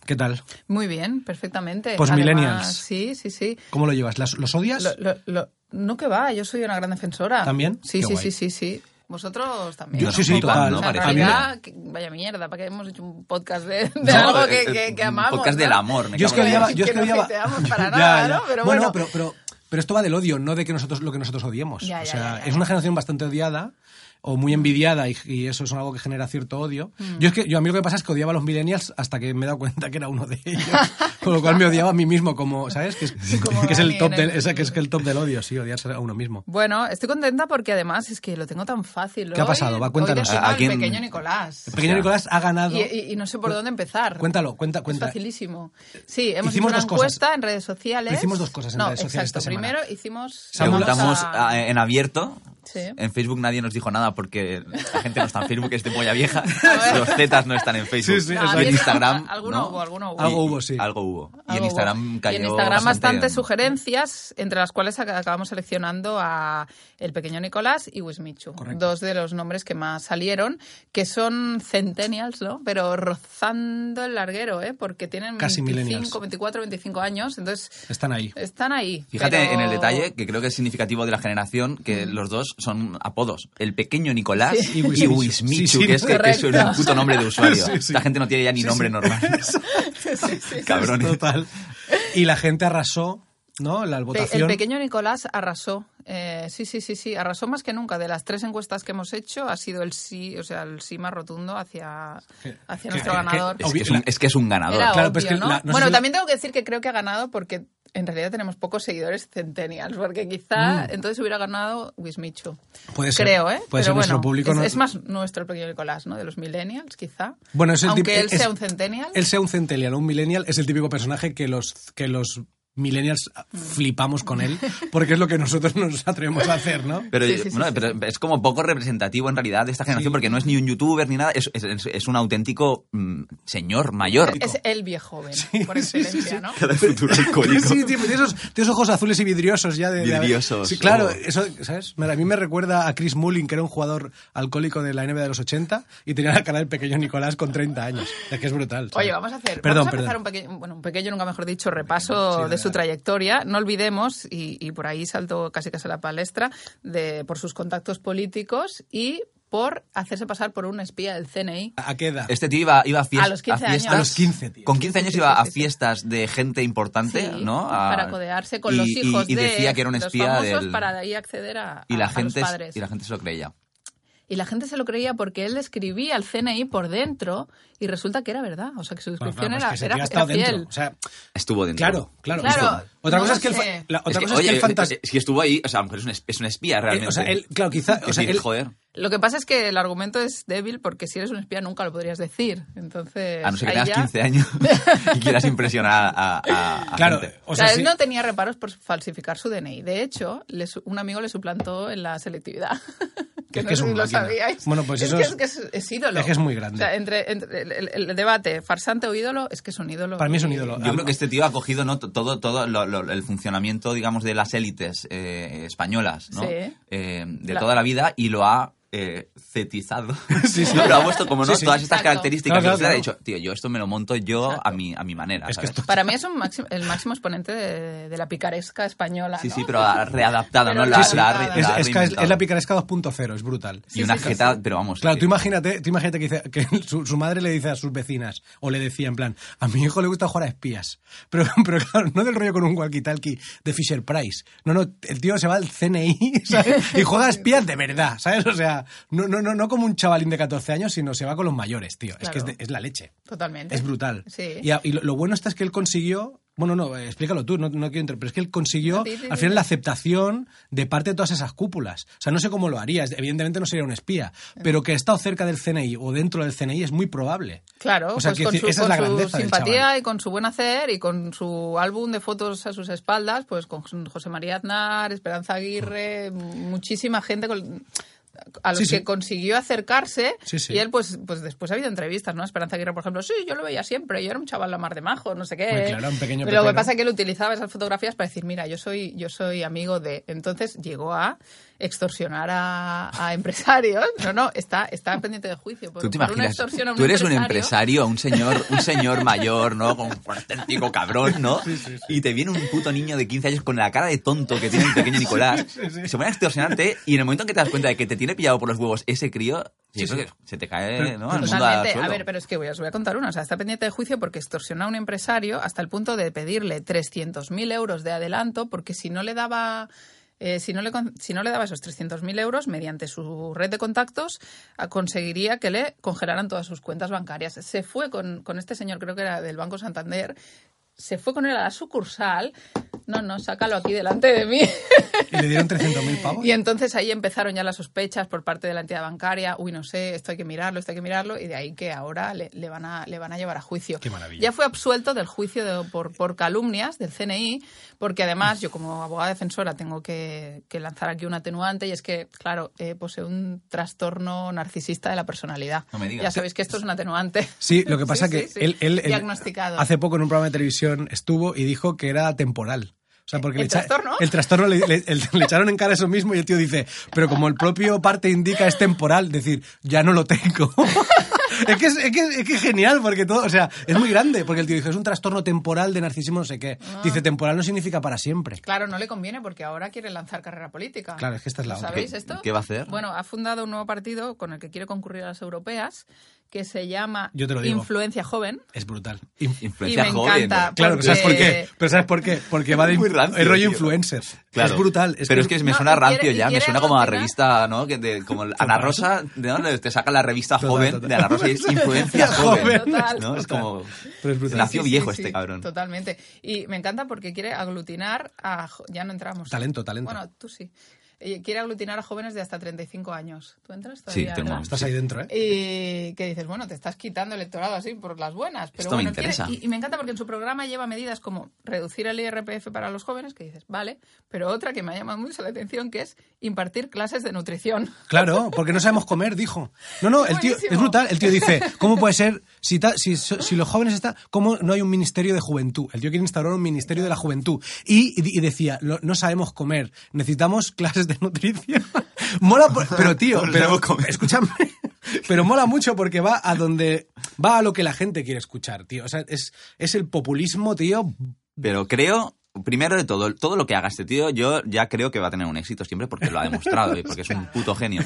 Speaker 1: ¿Qué tal?
Speaker 3: Muy bien, perfectamente.
Speaker 1: Postmillennials.
Speaker 3: Además, Sí, sí, sí.
Speaker 1: ¿Cómo lo llevas? ¿Las- ¿Los odias?
Speaker 3: Lo- lo- lo- no que va, yo soy una gran defensora.
Speaker 1: ¿También?
Speaker 3: Sí,
Speaker 1: Qué
Speaker 3: sí,
Speaker 1: guay.
Speaker 3: sí, sí, sí. Vosotros también.
Speaker 1: Yo sí, sí,
Speaker 2: flipan,
Speaker 1: total.
Speaker 2: ¿no?
Speaker 3: O sea, en
Speaker 2: Parece.
Speaker 3: realidad, que- vaya mierda, ¿para qué hemos hecho un podcast de, de
Speaker 2: No,
Speaker 3: algo
Speaker 2: eh,
Speaker 3: que,
Speaker 2: eh,
Speaker 3: que- que
Speaker 2: un
Speaker 3: amamos?
Speaker 2: Podcast
Speaker 3: ¿no?
Speaker 2: del amor. me
Speaker 1: Yo es que
Speaker 2: cago en la
Speaker 1: odiaba.
Speaker 2: leche.
Speaker 1: Yo es
Speaker 3: Que
Speaker 1: que
Speaker 3: no *laughs*
Speaker 1: *laughs* odiaba.
Speaker 3: hateamos para
Speaker 1: Ya, ya.
Speaker 3: nada, ¿no? Pero
Speaker 1: bueno,
Speaker 3: bueno.
Speaker 1: pero, pero Pero esto va del odio, no de que nosotros lo que nosotros odiemos.
Speaker 3: Ya,
Speaker 1: o
Speaker 3: ya,
Speaker 1: sea,
Speaker 3: ya, ya.
Speaker 1: es una generación bastante odiada o muy envidiada y, y eso es algo que genera cierto odio.
Speaker 3: Mm.
Speaker 1: Yo es que yo a mí lo que pasa es que odiaba a los millennials hasta que me he dado cuenta que era uno de ellos, *laughs* con lo cual me odiaba a mí mismo como, ¿sabes? Que es,
Speaker 3: como
Speaker 1: que es el
Speaker 3: Dani
Speaker 1: top
Speaker 3: en el-
Speaker 1: del, esa que es que el top del odio, sí, odiarse a uno mismo.
Speaker 3: Bueno, estoy contenta porque además es que lo tengo tan fácil.
Speaker 1: ¿Qué ha
Speaker 3: Hoy-
Speaker 1: pasado? Va,
Speaker 3: hoy
Speaker 1: cuéntanos.
Speaker 3: decido
Speaker 2: ¿A
Speaker 3: al
Speaker 2: quién?
Speaker 3: pequeño Nicolás.
Speaker 1: El pequeño
Speaker 2: O sea,
Speaker 1: Nicolás ha ganado.
Speaker 3: Y, y- y no sé por dónde empezar.
Speaker 1: Cuéntalo, cuenta,
Speaker 3: Es
Speaker 1: cuenta.
Speaker 3: facilísimo. Sí, hemos
Speaker 1: Hicimos
Speaker 3: hecho
Speaker 1: dos
Speaker 3: una
Speaker 1: cosas.
Speaker 3: encuesta en redes sociales.
Speaker 1: Hicimos dos cosas en
Speaker 3: No,
Speaker 1: redes sociales
Speaker 3: exacto.
Speaker 1: esta semana.
Speaker 3: Primero hicimos...
Speaker 1: Samuel-
Speaker 2: Preguntamos
Speaker 3: a-
Speaker 2: a- en abierto.
Speaker 3: Sí.
Speaker 2: En Facebook nadie nos dijo nada porque la gente no está en Facebook, es de
Speaker 1: *laughs*
Speaker 2: polla vieja. *laughs*
Speaker 3: ver.
Speaker 2: Los zetas no están en
Speaker 1: Sí,
Speaker 2: Facebook.
Speaker 1: sí,
Speaker 3: No,
Speaker 1: exacto.
Speaker 2: y en
Speaker 3: había-
Speaker 2: Instagram.
Speaker 3: alguno
Speaker 2: ¿no?
Speaker 3: hubo, alguno hubo.
Speaker 2: Y-
Speaker 1: Algo hubo, sí.
Speaker 2: Algo hubo. Y en
Speaker 3: Algo
Speaker 2: Instagram
Speaker 3: hubo.
Speaker 2: cayó.
Speaker 3: Y en Instagram bastantes
Speaker 2: sujeto.
Speaker 3: sugerencias, entre las cuales ac- acabamos seleccionando a El Pequeño Nicolás y Wismichu.
Speaker 1: Correcto.
Speaker 3: Dos de los nombres que más salieron, que son centennials, ¿no? Pero rozando el larguero, ¿eh? Porque tienen
Speaker 1: Casi millennials.
Speaker 3: 25, 24, 25 años, entonces
Speaker 1: Están ahí.
Speaker 3: están ahí.
Speaker 2: Fíjate
Speaker 3: pero- Mm.
Speaker 2: en el detalle que creo que es significativo de la generación que los dos son apodos. El pequeño Nicolás
Speaker 1: Sí.
Speaker 2: y
Speaker 1: Y
Speaker 2: Wismichu,
Speaker 1: Wismichu. Sí, sí,
Speaker 2: que, es, que- que es
Speaker 3: correcto.
Speaker 2: un puto nombre de usuario.
Speaker 1: *laughs* Sí, sí.
Speaker 2: La gente no tiene ya ni nombre
Speaker 1: *laughs*
Speaker 2: normal.
Speaker 3: Sí, sí.
Speaker 2: Cabrones.
Speaker 1: Total. Y la gente arrasó, ¿no? La
Speaker 3: Pe-
Speaker 1: votación.
Speaker 3: El pequeño Nicolás arrasó. Eh, sí, sí, sí, sí, arrasó más que nunca. De las tres encuestas que hemos hecho, ha sido el sí, o sea, el sí más rotundo hacia, hacia nuestro
Speaker 1: que-
Speaker 3: ganador.
Speaker 2: Es que es un, es que es un ganador.
Speaker 3: Era
Speaker 1: Claro, pero es
Speaker 3: obvio,
Speaker 1: que
Speaker 3: ¿no?
Speaker 1: la- no sé
Speaker 3: bueno,
Speaker 1: si-
Speaker 3: también tengo que decir que creo que ha ganado porque en realidad tenemos pocos seguidores centennials, porque quizá entonces hubiera ganado Wismichu.
Speaker 1: Puede ser.
Speaker 3: Creo, ¿eh?
Speaker 1: Mm. Puede ser
Speaker 3: Pero bueno,
Speaker 1: nuestro público.
Speaker 3: Es,
Speaker 1: no-
Speaker 3: es más nuestro el pequeño Nicolás, ¿no? De los millennials, quizá.
Speaker 1: Bueno, es el
Speaker 3: Aunque
Speaker 1: típico-
Speaker 3: él
Speaker 1: es-
Speaker 3: sea un centennial.
Speaker 1: Él sea un centennial o un millennial, es el típico personaje que los, que los millennials flipamos con
Speaker 3: *laughs*
Speaker 1: él, porque es lo que nosotros nos atrevemos a hacer, ¿no?
Speaker 2: Pero,
Speaker 3: Sí, sí, sí,
Speaker 2: bueno,
Speaker 3: sí.
Speaker 2: pero es como poco representativo en realidad de esta generación porque no es ni un youtuber ni nada, es, es- es- es un auténtico mm, señor mayor.
Speaker 3: Es el viejo joven, por excelencia, ¿no?
Speaker 2: Cada
Speaker 3: *laughs*
Speaker 2: futuro
Speaker 1: Sí,
Speaker 2: alcohólico.
Speaker 1: sí, tío, tiene esos, tiene esos ojos azules y vidriosos ya de... de-
Speaker 2: Vidriosos,
Speaker 1: sí, claro,
Speaker 2: oh.
Speaker 1: eso, ¿sabes? Mira, a mí me recuerda a Chris Mullin, que era un jugador alcohólico de la NBA de los 80 y tenía la cara del pequeño Nicolás con 30 años. Es que es brutal. ¿sabes?
Speaker 3: Oye, vamos a hacer,
Speaker 1: Perdón,
Speaker 3: vamos a empezar
Speaker 1: perdón.
Speaker 3: un pequeño, bueno, un pequeño, nunca mejor dicho, repaso
Speaker 1: Sí,
Speaker 3: de su
Speaker 1: dale.
Speaker 3: trayectoria. No olvidemos, y, y por ahí saltó casi casi a la palestra, de por sus contactos políticos y por hacerse pasar por un espía del CNI.
Speaker 1: ¿A qué edad?
Speaker 2: Este tío iba, iba a, fies-
Speaker 3: A los 15
Speaker 2: a
Speaker 3: años.
Speaker 2: fiestas.
Speaker 1: A los 15, tío.
Speaker 2: Con 15 años
Speaker 3: Sí,
Speaker 2: iba
Speaker 3: sí,
Speaker 2: a
Speaker 3: sí, sí.
Speaker 2: fiestas de gente importante,
Speaker 3: Sí,
Speaker 2: ¿no? A-
Speaker 3: para codearse con
Speaker 2: y-
Speaker 3: los
Speaker 2: y-
Speaker 3: hijos
Speaker 2: y,
Speaker 3: de
Speaker 2: decía que era un
Speaker 3: los
Speaker 2: espía
Speaker 3: famosos
Speaker 2: del-
Speaker 3: para de ahí acceder a,
Speaker 2: y la
Speaker 3: a- a
Speaker 2: gente
Speaker 3: los padres.
Speaker 2: y la gente se lo creía.
Speaker 3: Y la gente se lo creía porque él escribía al CNI por dentro y resulta que era verdad. O sea, que su
Speaker 2: Pues
Speaker 1: Bueno,
Speaker 3: descripción
Speaker 1: claro, es que ese
Speaker 3: era,
Speaker 1: tío ha
Speaker 3: era,
Speaker 1: estado
Speaker 3: era fiel.
Speaker 1: dentro. O sea,
Speaker 2: Estuvo dentro.
Speaker 1: claro, claro.
Speaker 3: Claro,
Speaker 1: Otra
Speaker 3: no
Speaker 1: cosa
Speaker 3: lo
Speaker 1: es que el, fa-
Speaker 3: sé.
Speaker 1: la- otra
Speaker 2: Es que,
Speaker 1: cosa es que
Speaker 2: oye, eh,
Speaker 1: el fantasma...
Speaker 2: es que estuvo ahí, o sea, a lo mejor es un, es- es un espía realmente.
Speaker 1: o sea, él, claro, quizá... O
Speaker 2: Es
Speaker 1: sea,
Speaker 2: decir,
Speaker 1: él,
Speaker 2: joder.
Speaker 3: Lo que pasa es que el argumento es débil porque si eres un espía nunca lo podrías decir. Entonces,
Speaker 2: A no ser que
Speaker 3: ahí
Speaker 2: tengas 15
Speaker 3: ya-
Speaker 2: años *laughs* y quieras impresionar a, a- a
Speaker 1: claro,
Speaker 2: gente.
Speaker 1: o sea,
Speaker 3: Claro,
Speaker 1: sí.
Speaker 3: él no tenía reparos por falsificar su DNI. De hecho, le su- un amigo le suplantó en la selectividad.
Speaker 1: Que
Speaker 3: que
Speaker 1: es
Speaker 3: *laughs* no
Speaker 1: que es
Speaker 3: sé
Speaker 1: un
Speaker 3: si lo
Speaker 1: máquina.
Speaker 3: sabíais.
Speaker 1: Bueno, pues
Speaker 3: es
Speaker 1: eso
Speaker 3: que
Speaker 1: es-
Speaker 3: es, que es- es ídolo.
Speaker 1: es que es muy grande.
Speaker 3: O sea, entre, entre el, el- el debate farsante o ídolo es que es un ídolo.
Speaker 1: Para mí es un
Speaker 3: Y-
Speaker 1: ídolo.
Speaker 2: Yo creo que este tío ha cogido ¿no? T- todo, todo lo- lo- el funcionamiento, digamos, de las élites eh, españolas, ¿no?
Speaker 3: Sí.
Speaker 2: Eh, de
Speaker 3: La-
Speaker 2: toda la vida y lo ha eh, cetizado.
Speaker 1: *laughs* Sí, sí.
Speaker 2: Lo ha puesto como no
Speaker 1: Sí, sí.
Speaker 2: todas estas
Speaker 3: Exacto.
Speaker 2: características.
Speaker 1: Claro,
Speaker 2: Y usted ha
Speaker 1: claro,
Speaker 2: dicho, tío, yo esto me lo monto yo a mi, a mi manera.
Speaker 1: Es que
Speaker 2: ¿sabes?
Speaker 1: esto-
Speaker 3: Para mí es un máximo- el máximo exponente de, de la picaresca española.
Speaker 2: Sí,
Speaker 3: ¿no?
Speaker 2: sí, pero ha- readaptada,
Speaker 1: Ah,
Speaker 2: ¿no?
Speaker 3: Pero
Speaker 2: La,
Speaker 3: Sí, sí.
Speaker 2: la ha re-
Speaker 1: es,
Speaker 2: la ha
Speaker 1: es que es-
Speaker 2: reinventado.
Speaker 1: es la picaresca 2.0, es brutal.
Speaker 2: Y una
Speaker 3: sí, sí,
Speaker 2: jeta, pero vamos.
Speaker 1: Claro,
Speaker 2: que-
Speaker 1: tú imagínate, tú imagínate que, dice- que su, su madre le dice a sus vecinas, o le decía en plan, a mi hijo le gusta jugar a espías. *laughs* Pero, pero claro, no del rollo con un walkie-talkie de Fisher Price. No, no, el tío se va al CNI *laughs* ¿sabes? y juega a espías de verdad, ¿sabes? O sea, no, no, no, no como un chavalín de 14 años, sino se va con los mayores, tío. Es que es,
Speaker 3: Claro.
Speaker 1: de- es la leche.
Speaker 3: Totalmente.
Speaker 1: Es brutal.
Speaker 3: Sí.
Speaker 1: Y, a- y lo, lo bueno está es que él consiguió. Bueno, no, eh, explícalo tú, no, no quiero entrar, pero es que él consiguió
Speaker 3: No, di, di,
Speaker 1: al
Speaker 3: di,
Speaker 1: final
Speaker 3: di.
Speaker 1: la aceptación de parte de todas esas cúpulas. O sea, no sé cómo lo harías, evidentemente no sería un espía,
Speaker 3: Mm.
Speaker 1: pero que ha estado cerca del CNI o dentro del CNI es muy probable.
Speaker 3: Claro,
Speaker 1: O sea,
Speaker 3: pues
Speaker 1: quiero
Speaker 3: con
Speaker 1: decir,
Speaker 3: su,
Speaker 1: esa es la
Speaker 3: con su
Speaker 1: grandeza del
Speaker 3: simpatía
Speaker 1: chaval.
Speaker 3: y con su buen hacer y con su álbum de fotos a sus espaldas, pues con José María Aznar, Esperanza Aguirre, m- muchísima gente con- a los
Speaker 1: Sí,
Speaker 3: que
Speaker 1: sí.
Speaker 3: consiguió acercarse
Speaker 1: Sí, sí.
Speaker 3: y él pues pues después ha habido entrevistas, ¿no? Esperanza Aguirre, por ejemplo, sí, yo lo veía siempre, yo era un chaval la mar de majo, no sé qué.
Speaker 1: Hombre, claro, un pequeño
Speaker 3: Pero lo que
Speaker 1: pepero.
Speaker 3: pasa es que él utilizaba esas fotografías para decir, mira, yo soy yo soy amigo de, entonces llegó a extorsionar a, a empresarios. No, no, está está pendiente de juicio por,
Speaker 2: Tú te
Speaker 3: por una
Speaker 2: imaginas,
Speaker 3: extorsión a un
Speaker 2: tú eres un empresario, un señor, un señor mayor, ¿no? Con un auténtico cabrón, ¿no? Y te viene un puto niño de 15 años con la cara de tonto que tiene el pequeño Nicolás. Se pone a extorsionarte y en el momento en que te das cuenta de que te tiene pillado por los huevos ese crío,
Speaker 1: Sí,
Speaker 2: yo
Speaker 1: sí.
Speaker 2: creo que se te cae ¿no? el mundo al
Speaker 3: Totalmente.
Speaker 2: suelo.
Speaker 3: A ver, pero es que voy, os voy a contar una. O sea, está pendiente de juicio porque extorsionó a un empresario hasta el punto de pedirle 300.000 euros de adelanto porque si no le daba... eh, si, no le, con- si no le daba esos 300.000 euros, mediante su red de contactos, a- conseguiría que le congelaran todas sus cuentas bancarias. Se fue con, con este señor, creo que era del Banco Santander, se fue con él a la sucursal. No, no, sácalo aquí delante de mí. *laughs*
Speaker 1: Y le dieron 300.000 pavos.
Speaker 3: Y entonces ahí empezaron ya las sospechas por parte de la entidad bancaria, uy, no sé, esto hay que mirarlo, esto hay que mirarlo, y de ahí que ahora le, le van, a, le van a llevar a juicio.
Speaker 1: Qué maravilla.
Speaker 3: Ya fue absuelto del juicio de- por, por calumnias del CNI, porque además yo como abogada defensora tengo que, que lanzar aquí un atenuante, y es que, claro, eh, posee un trastorno narcisista de la personalidad.
Speaker 2: No me digas.
Speaker 3: Ya sabéis que esto es
Speaker 2: *laughs*
Speaker 3: un atenuante.
Speaker 1: Sí, lo que pasa
Speaker 3: Sí,
Speaker 1: que
Speaker 3: sí, sí.
Speaker 1: él, él- él
Speaker 3: Diagnosticado.
Speaker 1: hace poco en un programa de televisión estuvo y dijo que era temporal. O sea, porque
Speaker 3: Eh, ¿El
Speaker 1: le echa-
Speaker 3: trastorno?
Speaker 1: el trastorno le, le- el- le echaron en cara eso mismo y el tío dice, pero como el propio parte indica es temporal, decir, ya no lo tengo. *laughs* es, que es, es que es que es genial porque todo, o sea, es muy grande porque el tío dijo, es un trastorno temporal de narcisismo no sé qué.
Speaker 3: Ah.
Speaker 1: Dice, temporal no significa para siempre.
Speaker 3: Claro, no le conviene porque ahora quiere lanzar carrera política.
Speaker 1: Claro, es que esta es la
Speaker 3: ¿Lo
Speaker 1: otra.
Speaker 3: ¿Sabéis
Speaker 2: ¿Qué-
Speaker 3: esto?
Speaker 2: qué va a hacer?
Speaker 3: Bueno, ha fundado un nuevo partido con el que quiere concurrir a las europeas que se llama
Speaker 1: Yo te lo digo.
Speaker 3: Influencia Joven.
Speaker 1: Es brutal. In-
Speaker 2: Influencia
Speaker 3: me
Speaker 2: joven.
Speaker 3: encanta.
Speaker 1: Claro, pero ¿sabes por
Speaker 3: Porque-
Speaker 1: qué? Pero ¿sabes por qué? Porque va de
Speaker 2: Muy rancio,
Speaker 1: es rollo
Speaker 2: tío.
Speaker 1: influencer.
Speaker 2: Claro.
Speaker 1: Es brutal.
Speaker 2: pero es que me
Speaker 3: No,
Speaker 2: suena
Speaker 3: y quiere-
Speaker 2: rancio
Speaker 3: y
Speaker 2: ya, me
Speaker 3: quiere
Speaker 2: suena como a
Speaker 3: aglutinar-
Speaker 2: revista, ¿no? Que de-
Speaker 1: *laughs*
Speaker 2: como el Ana Rosa, de dónde te saca la revista
Speaker 1: Total,
Speaker 2: joven
Speaker 1: *laughs* total.
Speaker 2: de Ana Rosa y es influencia joven.
Speaker 3: Total.
Speaker 2: ¿no? Es como.
Speaker 1: Pero es brutal.
Speaker 2: Nació
Speaker 3: Sí, sí,
Speaker 2: viejo
Speaker 3: sí,
Speaker 2: este cabrón.
Speaker 3: Totalmente. Y me encanta porque quiere aglutinar a... jo- Ya no entramos.
Speaker 1: Talento, talento.
Speaker 3: Bueno, tú sí. Eh, Quiere aglutinar a jóvenes de hasta 35 años. ¿Tú entras
Speaker 2: Sí,
Speaker 3: todavía?
Speaker 2: tengo
Speaker 3: Adrián?
Speaker 2: más.
Speaker 1: Estás ahí dentro, ¿eh?
Speaker 3: Y que dices, bueno, te estás quitando electorado así por las buenas. Pero
Speaker 2: Esto me
Speaker 3: bueno, quiere-
Speaker 2: interesa.
Speaker 3: y, y me encanta porque en su programa lleva medidas como reducir el IRPF para los jóvenes, que dices, vale, pero otra que me ha llamado mucho la atención que es impartir clases de nutrición.
Speaker 1: Claro, porque no sabemos comer, dijo. No, no, el tío
Speaker 3: Buenísimo.
Speaker 1: es brutal. El tío dice, ¿cómo puede ser si, ta- si, si los jóvenes están, cómo no hay un ministerio de juventud? El tío quiere instaurar un ministerio de la juventud y, y decía, "Lo- no sabemos comer, necesitamos clases de nutrición. *laughs* Mola, por-
Speaker 2: *laughs*
Speaker 1: pero tío,
Speaker 2: No
Speaker 1: pero
Speaker 2: sabemos comer. *laughs*
Speaker 1: escúchame, pero mola mucho porque va a donde va a lo que la gente quiere escuchar, tío. O sea, es es el populismo, tío.
Speaker 2: Pero creo, primero de todo, todo lo que haga este tío, yo ya creo que va a tener un éxito siempre porque lo ha demostrado y porque es un puto genio.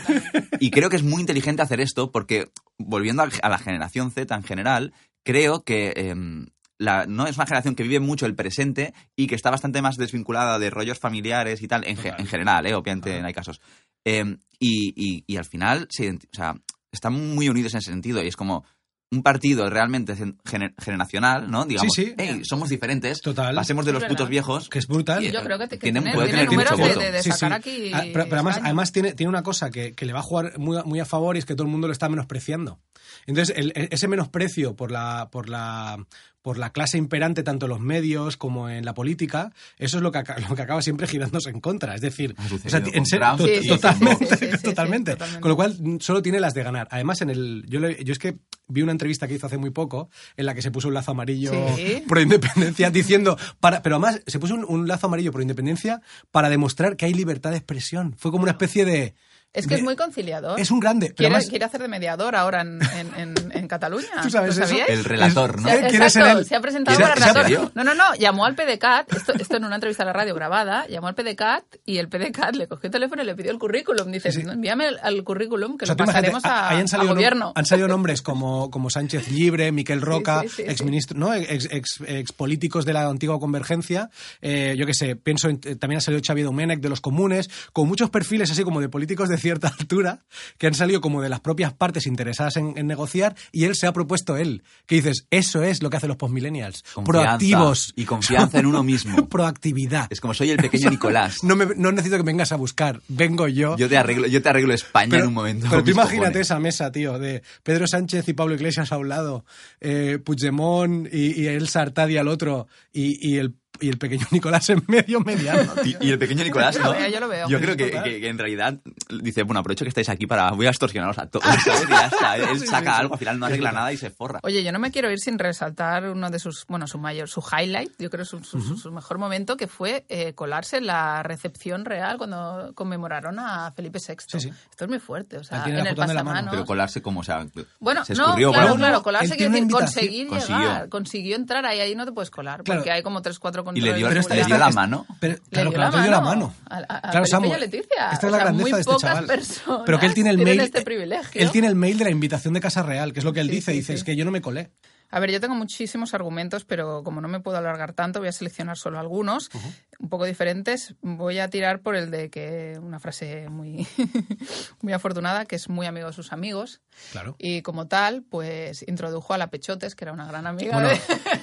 Speaker 2: Y creo que es muy inteligente hacer esto porque, volviendo al- a la generación Z en general, creo que em, la- no es una generación que vive mucho el presente y que está bastante más desvinculada de rollos familiares y tal, en, ge- en general, ¿eh? obviamente no hay casos. Em, y, y- y al final, se identi- o sea, están muy unidos en ese sentido y es como un partido realmente gen- gener- generacional, ¿no? Digamos,
Speaker 1: sí.
Speaker 2: "Hey, somos diferentes,
Speaker 1: Total.
Speaker 2: pasemos de
Speaker 3: Es
Speaker 2: los
Speaker 3: verdad.
Speaker 2: putos viejos.
Speaker 1: Que es brutal.
Speaker 2: Y,
Speaker 3: Yo
Speaker 2: eh,
Speaker 3: creo que te- que
Speaker 2: tienen-
Speaker 3: tener-
Speaker 2: puede
Speaker 3: tienen
Speaker 2: tener mucho
Speaker 3: números de-
Speaker 2: voto.
Speaker 3: de- sacar aquí
Speaker 1: Ah, pero, pero además,
Speaker 3: escaños.
Speaker 1: además tiene, tiene una cosa que, que le va a jugar muy, a- muy a favor y es que todo el mundo lo está menospreciando. Entonces, el- e- ese menosprecio por la, por la por la clase imperante tanto en los medios como en la política, eso es lo que, aca- lo que acaba siempre girándose en contra. Es decir,
Speaker 2: Ha sucedido
Speaker 1: o sea, ti- en
Speaker 2: con
Speaker 1: serio,
Speaker 2: Trump
Speaker 1: to-
Speaker 3: Sí, sí, sí,
Speaker 1: *laughs* totalmente,
Speaker 3: sí, sí, sí, sí,
Speaker 1: totalmente.
Speaker 3: totalmente.
Speaker 1: Con lo cual, mm, solo tiene las de ganar. Además, en el yo, le- yo es que vi una entrevista que hizo hace muy poco en la que se puso un lazo amarillo
Speaker 3: Sí.
Speaker 1: pro independencia diciendo para pero además se puso un, un lazo amarillo por independencia para demostrar que hay libertad de expresión fue como una especie de
Speaker 3: Es que
Speaker 1: de-
Speaker 3: es muy conciliador.
Speaker 1: es un grande pero
Speaker 3: Quiere,
Speaker 1: además,
Speaker 3: quiere hacer de mediador ahora en, en- en- en Cataluña.
Speaker 1: *laughs* tú sabes
Speaker 3: ¿Lo
Speaker 1: eso
Speaker 3: sabíais?
Speaker 2: El relator, ¿no?
Speaker 3: Se-
Speaker 1: Eh, quiere ser
Speaker 3: exacto,
Speaker 1: él.
Speaker 3: se ha presentado
Speaker 2: Quiere-
Speaker 3: para
Speaker 2: ¿se ha
Speaker 3: relator.
Speaker 2: pedido?
Speaker 3: No, no, no, llamó al PDCAT, esto, esto en una entrevista a la radio grabada, llamó al PDCAT y el PDCAT le cogió el teléfono y le pidió el currículum. Dice, "No, envíame el, al currículum que
Speaker 1: o sea,
Speaker 3: lo
Speaker 1: tú imagínate,
Speaker 3: pasaremos
Speaker 1: a-
Speaker 3: a,
Speaker 1: ahí han
Speaker 3: a
Speaker 1: salido, nom-
Speaker 3: gobierno.
Speaker 1: han salido nombres como, como Sánchez Libre, Miquel Roca,
Speaker 3: Sí, sí, sí,
Speaker 1: exministro, ¿no? ex, ex- ex políticos de la antigua convergencia. eh, yo qué sé, pienso, en- eh, también ha salido Xavier Domenech de los comunes, con muchos perfiles así como de políticos de cierta *laughs* altura, que han salido como de las propias partes interesadas en, en negociar, y él se ha propuesto él. Que dices, eso es lo que hacen los postmillennials.
Speaker 2: Confianza
Speaker 1: Proactivos.
Speaker 2: Y confianza en uno mismo.
Speaker 1: *laughs* Proactividad.
Speaker 2: Es como soy el pequeño Nicolás.
Speaker 1: *laughs* No, me- no necesito que vengas a buscar, vengo yo.
Speaker 2: Yo te arreglo, yo te arreglo España en un momento.
Speaker 1: pero tú
Speaker 2: mis
Speaker 1: imagínate
Speaker 2: cojones.
Speaker 1: esa mesa, tío, de Pedro Sánchez y Pablo Iglesias a un lado, eh, Puigdemont y, y Elsa Artadi al otro, y, y el, y el pequeño *laughs* Nicolás en medio mediano.
Speaker 2: *laughs*
Speaker 1: tío.
Speaker 2: Y, y el pequeño Nicolás,
Speaker 3: Yo
Speaker 2: ¿no?
Speaker 3: lo veo, yo lo veo.
Speaker 2: creo que, que- que en realidad dice, bueno, aprovecho que estáis aquí para... Voy a extorsionaros a todos, ¿sabes? Y ya
Speaker 1: *laughs*
Speaker 2: está. Él saca algo, al final no arregla nada y se forra.
Speaker 3: Oye, yo no me quiero ir sin resaltar uno de sus, bueno, su mayor, su highlight, yo creo su, su, su- su mejor momento, que fue eh, colarse en la recepción real cuando conmemoraron a Felipe VI.
Speaker 1: Sí, sí.
Speaker 3: Esto es muy fuerte, o sea,
Speaker 1: Aquí en
Speaker 3: en
Speaker 1: la
Speaker 3: el
Speaker 1: foto de la mano.
Speaker 3: pasamanos.
Speaker 2: Pero colarse como, o sea,
Speaker 3: Bueno,
Speaker 2: se
Speaker 3: no,
Speaker 2: escurrió.
Speaker 3: claro,
Speaker 2: bueno,
Speaker 3: claro,
Speaker 1: él
Speaker 3: colarse
Speaker 1: tiene
Speaker 3: quiere
Speaker 1: una
Speaker 3: decir
Speaker 1: invitación.
Speaker 3: conseguir
Speaker 2: Consiguió.
Speaker 3: llegar, consiguió entrar ahí, ahí no te puedes colar,
Speaker 1: Claro.
Speaker 3: porque hay como tres, cuatro lo
Speaker 2: Y
Speaker 3: controle.
Speaker 2: le dio,
Speaker 3: el
Speaker 1: Pero
Speaker 2: le
Speaker 1: esta-
Speaker 2: dio
Speaker 3: regulador.
Speaker 2: la
Speaker 1: esta-
Speaker 2: mano.
Speaker 1: Pero,
Speaker 3: Le
Speaker 1: claro,
Speaker 3: dio
Speaker 1: claro,
Speaker 3: la
Speaker 1: le dio la
Speaker 3: mano
Speaker 1: mano.
Speaker 3: a- a- a
Speaker 1: claro,
Speaker 3: Felipe y a Leticia.
Speaker 1: Esta
Speaker 3: O
Speaker 1: es la
Speaker 3: sea,
Speaker 1: grandeza
Speaker 3: muy
Speaker 1: de este
Speaker 3: pocas
Speaker 1: chaval.
Speaker 3: personas
Speaker 1: Pero que él tiene el
Speaker 3: tienen
Speaker 1: mail.
Speaker 3: este privilegio.
Speaker 1: Él tiene el mail de la invitación de Casa Real, que es lo que él
Speaker 3: Sí,
Speaker 1: dice.
Speaker 3: sí,
Speaker 1: dice,
Speaker 3: sí.
Speaker 1: es que yo no me colé.
Speaker 3: A ver, yo tengo muchísimos argumentos, pero como no me puedo alargar tanto, voy a seleccionar solo algunos, un poco diferentes. Voy a tirar por el de que una frase muy, *laughs* muy afortunada, que es muy amigo de sus amigos.
Speaker 1: Claro.
Speaker 3: Y como tal, pues introdujo a la Pechotes, que era una gran amiga.
Speaker 1: Bueno,
Speaker 3: de-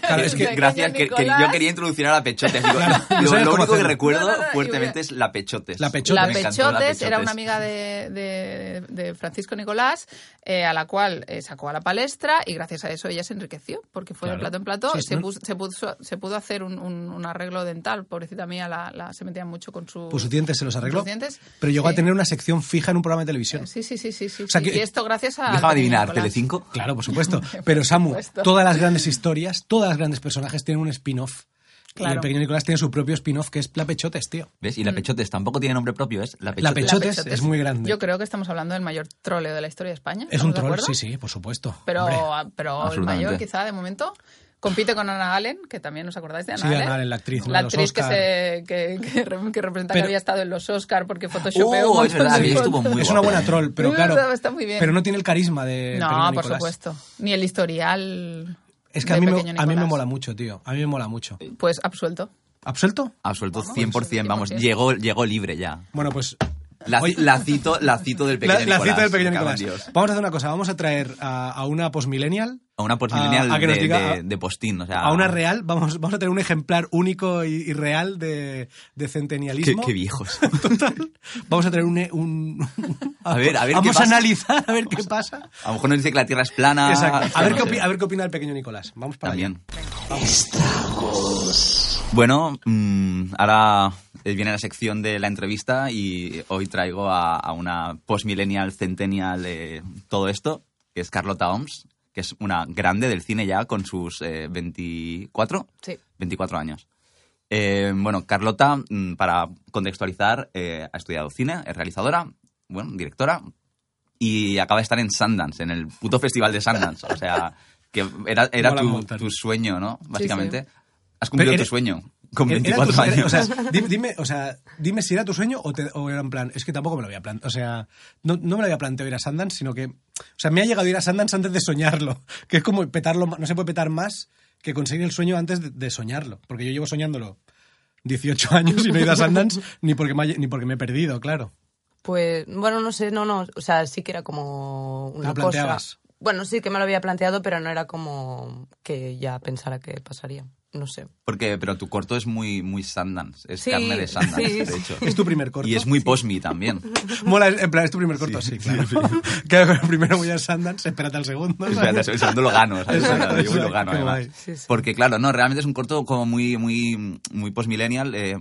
Speaker 1: claro, es
Speaker 3: de
Speaker 1: que-
Speaker 3: pequeño
Speaker 2: Gracias, que, que
Speaker 3: Nicolás.
Speaker 2: yo quería introducir a la Pechotes. Digo, lo-
Speaker 1: no
Speaker 2: lo
Speaker 1: sabes cómo
Speaker 2: único que
Speaker 1: hacerlo.
Speaker 2: recuerdo
Speaker 3: No, no, no, y
Speaker 2: fuertemente
Speaker 3: hubiera-
Speaker 2: es la Pechotes.
Speaker 1: La Pechotes.
Speaker 3: La
Speaker 2: Me
Speaker 3: Pechotes,
Speaker 2: encantó la
Speaker 3: era
Speaker 2: Pechotes.
Speaker 3: una amiga de, de- de Francisco Nicolás, eh, a la cual eh, sacó a la palestra y gracias a eso ella se enriqueció, porque fue
Speaker 1: Claro.
Speaker 3: de plato en plato.
Speaker 1: Sí,
Speaker 3: se,
Speaker 1: ¿no?
Speaker 3: pus- se puso- se pudo hacer un, un- un arreglo dental, pobrecita mía, la, la- se metía mucho con su,
Speaker 1: Pues sus dientes se los
Speaker 3: con
Speaker 1: arregló.
Speaker 3: sus dientes.
Speaker 1: Pero llegó a
Speaker 3: Sí.
Speaker 1: tener una sección fija en un programa de televisión.
Speaker 3: Sí, sí, sí, sí. sí,
Speaker 1: sea
Speaker 3: sí.
Speaker 1: que-
Speaker 3: y esto gracias a.
Speaker 2: Déjame adivinar,
Speaker 3: Nicolás.
Speaker 2: Telecinco.
Speaker 1: Claro, por
Speaker 3: *laughs*
Speaker 1: supuesto. Pero Samu,
Speaker 3: supuesto.
Speaker 1: todas las grandes historias, todas las grandes personajes tienen un spin-off. Y el
Speaker 3: Claro.
Speaker 1: pequeño Nicolás tiene su propio spin-off que es La Pechotes, tío.
Speaker 2: ¿Ves?
Speaker 3: Mm.
Speaker 2: Y la Pechotes tampoco tiene nombre propio, es la
Speaker 1: La
Speaker 2: Pechotes.
Speaker 3: La
Speaker 1: Pechotes es muy grande.
Speaker 3: Yo creo que estamos hablando del mayor troleo de la historia de España.
Speaker 1: Es un
Speaker 3: ¿estamos de
Speaker 1: troll,
Speaker 3: acuerdo?
Speaker 1: sí, sí, por supuesto.
Speaker 3: pero, ah,
Speaker 1: Hombre.
Speaker 3: pero el
Speaker 2: Absolutamente.
Speaker 3: mayor quizá de momento compite con Ana Allen, que también os acordáis de Ana
Speaker 1: Sí, de
Speaker 3: Allen.
Speaker 1: Ana Allen, la actriz, una
Speaker 3: La
Speaker 1: de los
Speaker 3: actriz que,
Speaker 1: Oscar.
Speaker 3: se, que, que re- que representa
Speaker 1: Pero-
Speaker 3: que había estado en los Oscar porque photoshopeó
Speaker 2: Oh,
Speaker 3: un montón
Speaker 2: es verdad,
Speaker 3: de
Speaker 2: ahí estuvo
Speaker 3: fotos.
Speaker 2: muy
Speaker 1: es una
Speaker 2: guapa,
Speaker 1: buena
Speaker 2: ¿eh?
Speaker 1: troll, pero
Speaker 3: Sí,
Speaker 1: claro.
Speaker 3: está muy bien.
Speaker 1: Pero no tiene el carisma de.
Speaker 3: No,
Speaker 1: eh, Pequeño
Speaker 3: por
Speaker 1: Nicolás.
Speaker 3: supuesto. Ni el historial.
Speaker 1: Es que a
Speaker 3: de
Speaker 1: mí, me,
Speaker 3: Pequeño
Speaker 1: a mí me
Speaker 3: Nicolás.
Speaker 1: mola mucho, tío. A mí me mola mucho.
Speaker 3: Pues absuelto.
Speaker 1: ¿Absuelto?
Speaker 2: Absoluto, 100%, vamos,
Speaker 3: 100%.
Speaker 2: llegó, llegó libre ya.
Speaker 1: Bueno, pues.
Speaker 2: La,
Speaker 1: Oye-
Speaker 2: la cito, la cito del pequeño
Speaker 1: *laughs* La, la cita del pequeño
Speaker 2: me cago en
Speaker 1: Nicolás.
Speaker 2: Dios.
Speaker 1: Vamos a hacer una cosa. Vamos a traer a, a una postmillennial,
Speaker 2: A una postmilenial
Speaker 1: A- a que
Speaker 2: de,
Speaker 1: nos diga-
Speaker 2: de- de postín, o sea...
Speaker 1: a una real. Vamos, vamos a tener un ejemplar único y, y real de, de
Speaker 2: Qué,
Speaker 1: centenialismo.
Speaker 2: qué viejos.
Speaker 1: Total. Vamos a traer un. un-
Speaker 2: A ver, a ver
Speaker 1: Vamos
Speaker 2: qué
Speaker 1: a
Speaker 2: pasa.
Speaker 1: analizar a ver qué pasa.
Speaker 2: A lo mejor nos dice que la Tierra es plana.
Speaker 1: Exacto. A ver,
Speaker 2: no
Speaker 1: qué
Speaker 2: sé.
Speaker 1: opi- a ver qué opina el pequeño Nicolás. Vamos para allá.
Speaker 2: También. Bueno, mm, ahora eh, viene la sección de la entrevista y hoy traigo a, a una post-millennial, centennial, eh, todo esto, que es Carlota Oms, que es una grande del cine ya con sus eh, 24,
Speaker 3: Sí.
Speaker 2: 24 años. Eh, bueno, Carlota, mm, para contextualizar, eh, ha estudiado cine, es realizadora, bueno, directora, y acaba de estar en Sundance, en el puto festival de Sundance. O sea, que era, era
Speaker 1: Mola un
Speaker 2: tu,
Speaker 1: montón.
Speaker 2: tu sueño, ¿no? Básicamente. Has
Speaker 1: Pero
Speaker 2: cumplido
Speaker 1: era-
Speaker 2: tu sueño con
Speaker 1: Era- era
Speaker 2: 24
Speaker 1: tu- era-
Speaker 2: años.
Speaker 1: O sea, di- dime, o sea, dime si era tu sueño o, te- o era en plan, es que tampoco me lo había planteado, o sea, no, no me lo había planteado ir a Sundance, sino que, o sea, me ha llegado a ir a Sundance antes de soñarlo, *laughs* que es como petarlo, ma- no se puede petar más que conseguir el sueño antes de, de soñarlo, porque yo llevo soñándolo 18 años y no he ido a
Speaker 2: *laughs*
Speaker 1: Sundance ni porque me, haya- ni porque me he perdido, claro.
Speaker 4: Pues, bueno, no sé, no, no, o sea, sí que era como una
Speaker 1: Lo
Speaker 4: cosa.
Speaker 1: planteabas.
Speaker 4: Bueno, sí que me lo había planteado, pero no era como que ya pensara que pasaría. No sé.
Speaker 2: Porque, pero tu corto es muy, muy Sundance, es
Speaker 4: Sí,
Speaker 2: carne de Sundance,
Speaker 4: sí,
Speaker 2: de
Speaker 4: sí.
Speaker 2: hecho.
Speaker 1: Es tu primer corto.
Speaker 2: Y es muy posmi también.
Speaker 1: Mola, en plan, es tu primer corto, sí, claro. *laughs* claro, pero primero voy a Sundance, espérate al segundo. ¿sabes?
Speaker 2: Espérate, el segundo lo gano, ¿sabes?
Speaker 1: Exacto,
Speaker 2: Claro, yo
Speaker 1: exacto,
Speaker 2: lo gano,
Speaker 1: qué
Speaker 2: además.
Speaker 1: guay.
Speaker 4: Sí, sí.
Speaker 2: Porque, claro, no, realmente es un corto como muy, muy, muy post-millennial. eh,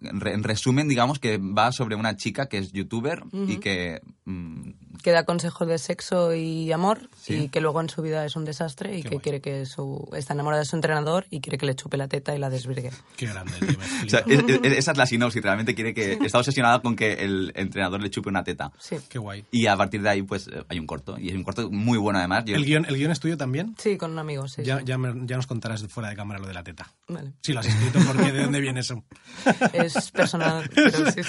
Speaker 2: en re- en resumen, digamos que va sobre una chica que es youtuber y que mm,
Speaker 4: Que da consejos de sexo y amor
Speaker 2: Sí.
Speaker 4: y que luego en su vida es un desastre y
Speaker 1: Qué
Speaker 4: que
Speaker 1: guay.
Speaker 4: quiere que su... Está enamorada de su entrenador y quiere que le chupe la teta y la desvirgue.
Speaker 1: Qué grande, tío, me
Speaker 2: O sea,
Speaker 1: flipa.
Speaker 2: es- es- esa es la sinopsis, realmente quiere que... Está obsesionada con que el entrenador le chupe una teta.
Speaker 4: Sí.
Speaker 1: Qué guay.
Speaker 2: Y a partir de ahí, pues, eh, hay un corto. Y es un corto muy bueno, además. Yo-
Speaker 1: ¿El guión, ¿El guión es tuyo también?
Speaker 4: Sí, con un amigo, sí.
Speaker 1: Ya,
Speaker 4: sí.
Speaker 1: ya, me- ya nos contarás fuera de cámara lo de la teta.
Speaker 4: Vale.
Speaker 1: Si lo has escrito, porque ¿de dónde viene
Speaker 4: *laughs*
Speaker 1: eso?
Speaker 4: Es
Speaker 1: *laughs*
Speaker 4: personal, pero sí, sí. Es,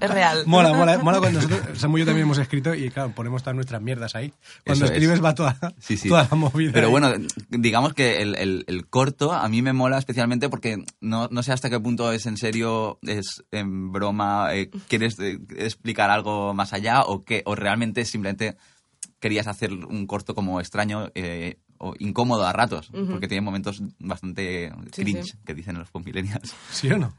Speaker 4: es real.
Speaker 1: Mola, mola, mola cuando nosotros, Samu y yo también hemos escrito y claro, ponemos todas nuestras mierdas ahí. Cuando
Speaker 2: Eso es.
Speaker 1: escribes va toda,
Speaker 2: Sí, sí.
Speaker 1: toda la
Speaker 4: *laughs*
Speaker 1: movida.
Speaker 2: Pero
Speaker 1: ahí.
Speaker 2: bueno, digamos que el, el- el corto a mí me mola especialmente porque no, no sé hasta qué punto es en serio, es en broma, eh, quieres eh, explicar algo más allá o qué, o realmente simplemente querías hacer un corto como extraño eh, o incómodo a ratos, porque tiene momentos bastante
Speaker 4: Sí,
Speaker 2: cringe
Speaker 4: sí.
Speaker 2: que dicen los postmillennials.
Speaker 1: ¿Sí o no?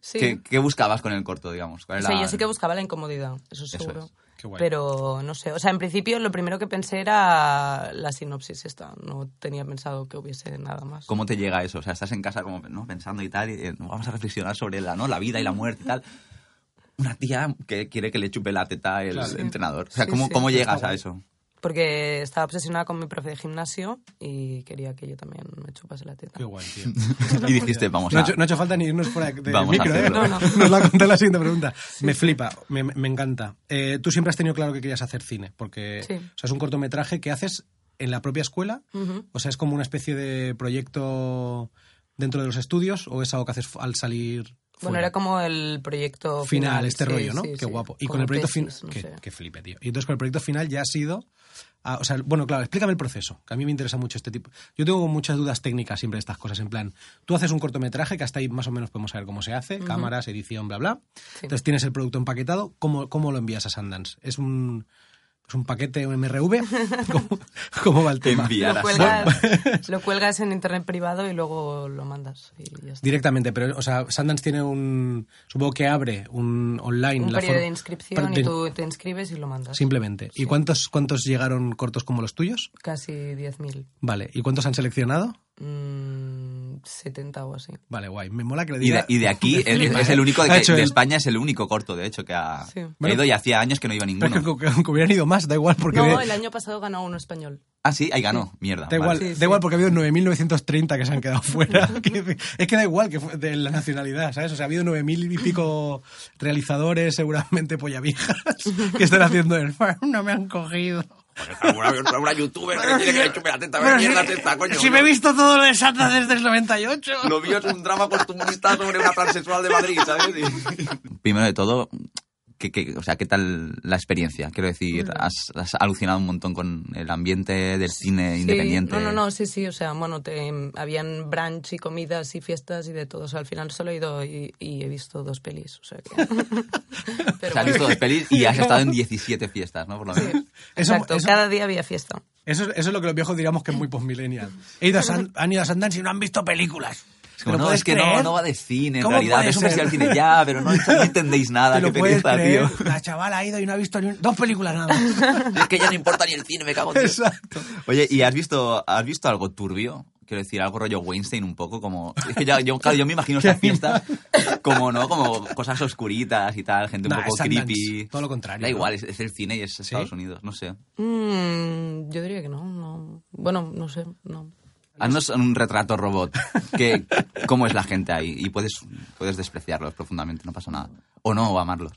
Speaker 4: Sí.
Speaker 2: ¿Qué, qué buscabas con el corto, digamos? ¿Cuál
Speaker 4: O
Speaker 2: era
Speaker 4: sea, yo sí que
Speaker 2: el-
Speaker 4: buscaba la incomodidad, eso
Speaker 2: Eso
Speaker 4: seguro.
Speaker 2: es.
Speaker 1: Qué guay.
Speaker 4: Pero no sé, o sea, en principio lo primero que pensé era la sinopsis esta, no tenía pensado que hubiese nada más.
Speaker 2: ¿Cómo te llega eso? O sea, estás en casa como ¿no? pensando y tal, y eh, vamos a reflexionar sobre la, ¿no? la vida y la muerte y tal. Una tía que quiere que le chupe la teta el
Speaker 1: Claro. Sí.
Speaker 2: entrenador. O sea,
Speaker 4: Sí,
Speaker 2: ¿cómo,
Speaker 4: sí.
Speaker 2: ¿cómo
Speaker 4: Está
Speaker 2: llegas a
Speaker 1: guay. *laughs*
Speaker 2: eso?
Speaker 4: Porque estaba obsesionada con mi profe de gimnasio y quería que yo también me chupase la teta.
Speaker 1: Qué guay, tío.
Speaker 2: Y dijiste, vamos
Speaker 1: No ha,
Speaker 2: a...
Speaker 1: hecho, no ha hecho falta ni irnos fuera de
Speaker 2: Vamos a
Speaker 1: micro, ¿eh?
Speaker 2: hacerlo.
Speaker 1: Nos la contar la siguiente pregunta. me flipa, me, me encanta. Eh, Tú siempre has tenido claro que querías hacer cine, porque
Speaker 4: Sí.
Speaker 1: o sea, es un cortometraje que haces en la propia escuela,
Speaker 4: Ujú.
Speaker 1: o sea, es como una especie de proyecto dentro de los estudios o es algo que haces fu- al salir?
Speaker 4: Bueno,
Speaker 1: fuera?
Speaker 4: era como el proyecto
Speaker 1: final,
Speaker 4: final.
Speaker 1: este
Speaker 4: sí,
Speaker 1: rollo, ¿no?
Speaker 4: sí,
Speaker 1: Qué
Speaker 4: sí.
Speaker 1: guapo. Y
Speaker 4: Como
Speaker 1: con el proyecto final.
Speaker 4: tesis, no
Speaker 1: que,
Speaker 4: sé.
Speaker 1: que flipe, tío. Y entonces con el proyecto final ya ha sido. ah, o sea, bueno, claro, explícame el proceso, que a mí me interesa mucho este tipo. Yo tengo muchas dudas técnicas siempre de estas cosas. En plan, tú haces un cortometraje, que hasta ahí más o menos podemos saber cómo se hace, cámaras, edición, bla, bla. Entonces tienes el producto empaquetado, ¿cómo, cómo lo envías a Sundance? ¿Es un, es un paquete un
Speaker 4: *laughs*
Speaker 1: MRV? ¿Cómo, cómo va el tema?
Speaker 2: Enviar
Speaker 4: Lo
Speaker 2: a
Speaker 4: cuelgas, *laughs* lo cuelgas en internet privado y luego lo mandas. Y ya está.
Speaker 1: Directamente, pero, o sea, Sundance tiene un. Supongo que abre un online.
Speaker 4: Un
Speaker 1: la
Speaker 4: periodo
Speaker 1: for-
Speaker 4: de inscripción
Speaker 1: per- de-
Speaker 4: y tú te inscribes y lo mandas.
Speaker 1: Simplemente. ¿Y
Speaker 4: Sí.
Speaker 1: cuántos, cuántos llegaron cortos como los tuyos?
Speaker 4: Casi 10.000.
Speaker 1: Vale. ¿Y cuántos han seleccionado?
Speaker 4: Mm, 70 o así.
Speaker 1: Vale, guay. Me mola que lo
Speaker 2: Y de,
Speaker 1: diga.
Speaker 2: y de aquí es,
Speaker 1: flipa,
Speaker 2: es
Speaker 1: ¿eh?
Speaker 2: el único de,
Speaker 1: Ha
Speaker 2: que-
Speaker 1: hecho
Speaker 2: de
Speaker 1: él.
Speaker 2: España es el único corto de hecho que ha,
Speaker 4: Sí.
Speaker 2: que ha
Speaker 1: Bueno,
Speaker 2: ido y hacía años que no iba
Speaker 1: Pero
Speaker 2: ninguno.
Speaker 1: es *laughs* que, aunque hubieran ido más, da igual porque.
Speaker 4: No,
Speaker 1: de-
Speaker 4: el año pasado ganó uno español.
Speaker 2: Ah, sí, ahí ganó. Mierda.
Speaker 1: Da
Speaker 2: vale.
Speaker 1: igual,
Speaker 4: Sí,
Speaker 1: da
Speaker 4: sí.
Speaker 1: igual porque ha habido 9.930 que se han quedado
Speaker 4: *laughs*
Speaker 1: fuera. *laughs* Quiero decir, es que da igual que fue de la nacionalidad, ¿sabes? O sea, ha habido 9.000 y pico realizadores, seguramente pollavijas, *laughs* que están haciendo el farm. No me han cogido.
Speaker 2: Alguna, alguna youtuber que tiene que le chupe la teta, a ver,
Speaker 1: Pero si- *laughs*
Speaker 2: mierda teta, coño.
Speaker 1: si me he visto todo lo de Santa desde el 98.
Speaker 2: Lo mío es un drama costumbrista sobre una transexual de Madrid, ¿sabes? Y- Primero de todo, ¿qué, qué- o sea, ¿qué tal la experiencia? Quiero decir,
Speaker 1: Mm.
Speaker 2: has, has alucinado un montón con el ambiente del cine
Speaker 4: Sí,
Speaker 2: independiente.
Speaker 4: No, no, no, sí, sí, o sea, bueno, te- habían brunch y comidas y fiestas y de todo. O sea, al final solo he ido y, y he visto dos pelis, o
Speaker 1: *laughs*
Speaker 4: sea que...
Speaker 2: O
Speaker 4: Pero
Speaker 2: sea, has
Speaker 4: bueno,
Speaker 2: visto dos pelis y has estado en 17 fiestas, ¿no? Por lo menos.
Speaker 1: Eso-
Speaker 4: exacto,
Speaker 1: eso-
Speaker 4: cada día había fiesta.
Speaker 1: Eso, es- eso es lo que los viejos diríamos que
Speaker 4: Eh.
Speaker 1: es muy postmillennial. He ido a San- han ido a Sundance y no han visto películas.
Speaker 2: Es
Speaker 1: ¿Te
Speaker 2: como,
Speaker 1: lo
Speaker 2: no,
Speaker 1: puedes
Speaker 2: es que no,
Speaker 1: creer?
Speaker 2: no va de cine, en
Speaker 1: ¿Cómo
Speaker 2: realidad.
Speaker 1: puedes
Speaker 2: Es un festival de
Speaker 1: creer?
Speaker 2: cine ya, pero no, no entendéis nada,
Speaker 1: *laughs* ¿Te
Speaker 2: qué
Speaker 1: lo puedes
Speaker 2: pereza, tío.
Speaker 1: creer? La chavala ha ido y no ha visto ni un- dos películas nada más.
Speaker 2: *laughs* Es que ya no importa ni el cine, me cago en Dios.
Speaker 1: Exacto.
Speaker 2: *laughs* Oye, ¿y has visto, has visto algo turbio? Quiero decir, algo rollo Weinstein un poco, como... Es que ya, yo, claro, yo me imagino estas fiestas como, ¿no? Como cosas oscuritas y tal, gente un
Speaker 1: Nah,
Speaker 2: poco
Speaker 1: es Sundance,
Speaker 2: creepy.
Speaker 1: todo lo contrario,
Speaker 2: Da
Speaker 1: ¿no?
Speaker 2: igual, es, es el cine y es Estados Unidos, no sé.
Speaker 4: Mm, yo diría que no, no. Bueno, no sé, no.
Speaker 2: Haznos un retrato robot. Que, ¿Cómo es la gente ahí? Y puedes, puedes despreciarlos profundamente, no pasa nada. O no, o amarlos.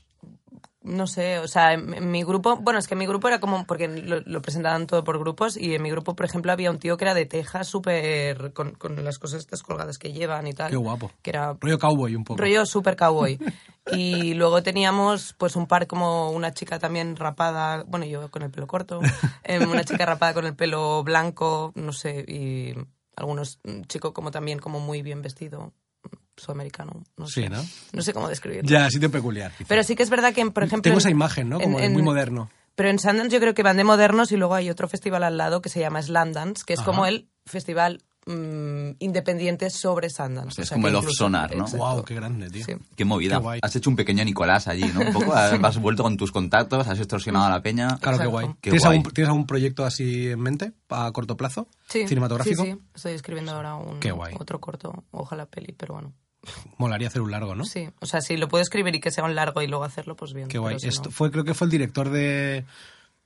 Speaker 4: No sé, o sea, en, en mi grupo, bueno, es que mi grupo era como, porque lo, lo presentaban todo por grupos, y en mi grupo, por ejemplo, había un tío que era de Texas, súper, con, con las cosas estas colgadas que llevan y tal.
Speaker 1: Qué guapo.
Speaker 4: Que era
Speaker 1: Rollo cowboy un poco.
Speaker 4: rollo super
Speaker 1: *laughs*
Speaker 4: cowboy. Y luego teníamos pues un par como una chica también rapada, bueno, yo con el
Speaker 1: *laughs*
Speaker 4: pelo corto, em, una chica rapada con el pelo blanco, no sé, y algunos mm, chico como también como muy bien vestido, mm, sudamericano, no
Speaker 1: Sí,
Speaker 4: sé.
Speaker 1: ¿no?
Speaker 4: No sé cómo describirlo.
Speaker 1: Ya, sitio peculiar. quizá.
Speaker 4: Pero sí que es verdad que, por ejemplo...
Speaker 1: Tengo
Speaker 4: en-
Speaker 1: esa imagen, ¿no? Como de muy moderno.
Speaker 4: Pero en Sundance yo creo que van de modernos y luego hay otro festival al lado que se llama Slandance, que es
Speaker 1: Ajá.
Speaker 4: como el festival mm, independiente sobre Sundance.
Speaker 2: O sea, es como
Speaker 4: que
Speaker 2: el
Speaker 4: incluso-
Speaker 2: Off-Sonar, ¿no?
Speaker 4: Exacto.
Speaker 1: Wow, qué grande, tío.
Speaker 4: Sí.
Speaker 2: Qué movida.
Speaker 1: Qué guay.
Speaker 2: has hecho un pequeño Nicolás allí, ¿no?
Speaker 1: *laughs*
Speaker 2: Un poco, has, has vuelto con tus contactos, has extorsionado a la peña.
Speaker 1: Claro, qué
Speaker 4: Exacto.
Speaker 1: guay.
Speaker 2: Qué
Speaker 1: ¿Tienes,
Speaker 2: guay.
Speaker 1: Algún, tienes algún proyecto así en mente a corto plazo?
Speaker 4: Sí,
Speaker 1: ¿Cinematográfico?
Speaker 4: Sí, sí. Estoy escribiendo ahora un
Speaker 1: Qué guay.
Speaker 4: otro corto, ojalá peli, pero bueno.
Speaker 1: Molaría hacer un largo, ¿no?
Speaker 4: Sí, o sea, si lo puedo escribir y que sea un largo y luego hacerlo, pues bien.
Speaker 1: Qué guay.
Speaker 4: pero si
Speaker 1: Esto
Speaker 4: no-
Speaker 1: fue, creo que fue el director de.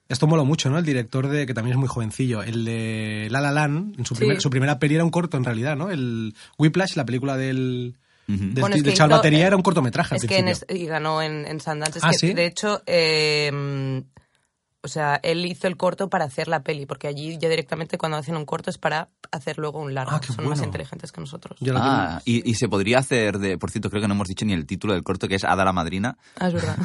Speaker 1: Esto moló mucho, ¿no? El director de, que también es muy jovencillo, el de La La Land, en su,
Speaker 4: Sí.
Speaker 1: primer- su primera peli era un corto en realidad, ¿no? El Whiplash, la película del, del,
Speaker 4: Bueno, es
Speaker 1: del
Speaker 4: que
Speaker 1: chaval
Speaker 4: hizo- eh,
Speaker 1: batería, era un cortometraje
Speaker 4: Es
Speaker 1: al
Speaker 4: que en
Speaker 1: principio.
Speaker 4: es- y ganó en, en Sundance. Es
Speaker 1: Ah,
Speaker 4: que,
Speaker 1: ¿sí?
Speaker 4: De hecho, eh, o sea, él hizo el corto para hacer la peli, porque allí ya directamente cuando hacen un corto es para hacer luego un largo.
Speaker 1: Ah, qué
Speaker 4: Son más
Speaker 1: bueno.
Speaker 4: inteligentes que nosotros.
Speaker 1: Yo lo tengo-
Speaker 2: Ah, y, y se podría hacer de. Por cierto, creo que no hemos dicho ni el título del corto, que es Ada la
Speaker 4: *laughs*
Speaker 2: Madrina. *laughs*
Speaker 4: Ah, es verdad.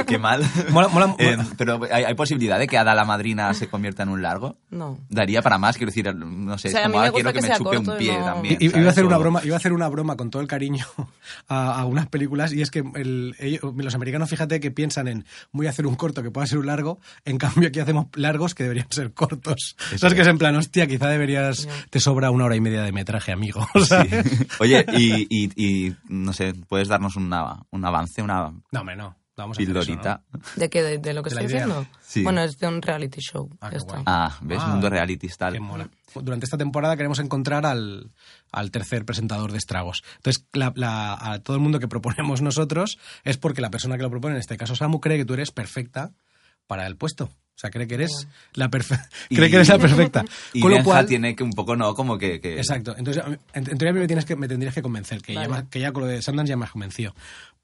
Speaker 2: qué, qué mal.
Speaker 1: Mola- mola- mola.
Speaker 2: Eh, pero hay, hay posibilidad de que Ada la Madrina se convierta en un largo.
Speaker 4: No.
Speaker 2: Daría para más, quiero decir, no sé,
Speaker 4: O sea,
Speaker 2: es
Speaker 4: a
Speaker 2: como,
Speaker 4: mí me
Speaker 2: ah, quiero
Speaker 4: gusta
Speaker 2: que,
Speaker 4: que
Speaker 2: me
Speaker 4: sea
Speaker 2: chupe un
Speaker 4: corto,
Speaker 2: pie
Speaker 4: no-
Speaker 2: también.
Speaker 1: I- i- iba a
Speaker 2: ¿sabes?
Speaker 1: hacer una
Speaker 2: O-
Speaker 1: broma iba a hacer una broma con todo el cariño *laughs* a, a unas películas y es que el- ellos- los americanos fíjate que piensan en voy a hacer un corto que pueda ser un largo en cambio aquí hacemos largos que deberían ser cortos sabes que es en plan hostia quizá deberías te sobra una hora y media de metraje amigo *laughs* ¿sabes?
Speaker 2: *laughs* Oye, y, y- y, no sé, puedes darnos una, un avance, una
Speaker 1: no hombre no vamos a hacer eso, ¿no?
Speaker 2: pildorita.
Speaker 4: ¿De qué? ¿De, de lo que
Speaker 1: ¿De la
Speaker 4: estoy
Speaker 1: idea?
Speaker 4: haciendo?
Speaker 2: Sí.
Speaker 4: Bueno, es de un reality show.
Speaker 1: Ah,
Speaker 4: ya
Speaker 1: qué
Speaker 4: está.
Speaker 1: guay.
Speaker 2: Ah, ¿ves?
Speaker 1: Ah.
Speaker 2: Mundo reality tal.
Speaker 1: Qué mola. Durante esta temporada queremos encontrar al, al tercer presentador de estragos. Entonces, la- la- a todo el mundo que proponemos nosotros es porque la persona que lo propone, en este caso Samu, cree que tú eres perfecta para el puesto. O sea, cree que eres la, perfe-
Speaker 2: Y-
Speaker 1: *laughs* cree que eres la perfecta.
Speaker 2: Y
Speaker 1: Con lo
Speaker 2: Benja
Speaker 1: cual,
Speaker 2: tiene que un poco, no, como que... que-
Speaker 1: Exacto. Entonces, a mí- en, en teoría a mí me, tienes que, me tendrías que convencer, que,
Speaker 4: Vale.
Speaker 1: ya, me- que ya con lo de Sundance ya me has convencido.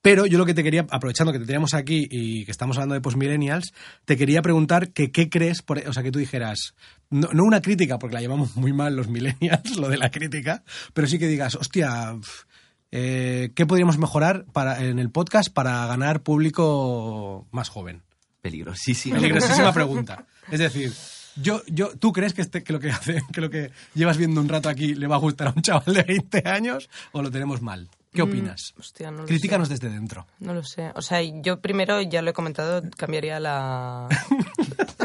Speaker 1: Pero yo lo que te quería, aprovechando que te teníamos aquí y que estamos hablando de postmillennials, te quería preguntar que qué crees, por, o sea, que tú dijeras, no, no una crítica, porque la llevamos muy mal los millennials, *laughs* lo de la crítica, pero sí que digas, hostia, pf, eh, ¿qué podríamos mejorar para, en el podcast para ganar público más joven?
Speaker 2: Peligrosísimo.
Speaker 1: Peligrosísima pregunta. Es decir, yo, yo, ¿tú crees que, este, que, lo que, hace, que lo que llevas viendo un rato aquí le va a gustar a un chaval de 20 años o lo tenemos mal? ¿Qué opinas?
Speaker 4: Mm, Hostia, no lo
Speaker 1: Critícanos desde dentro.
Speaker 4: sé. No lo sé. O sea, yo primero, ya lo he comentado,
Speaker 1: *laughs*
Speaker 4: cambiaría la.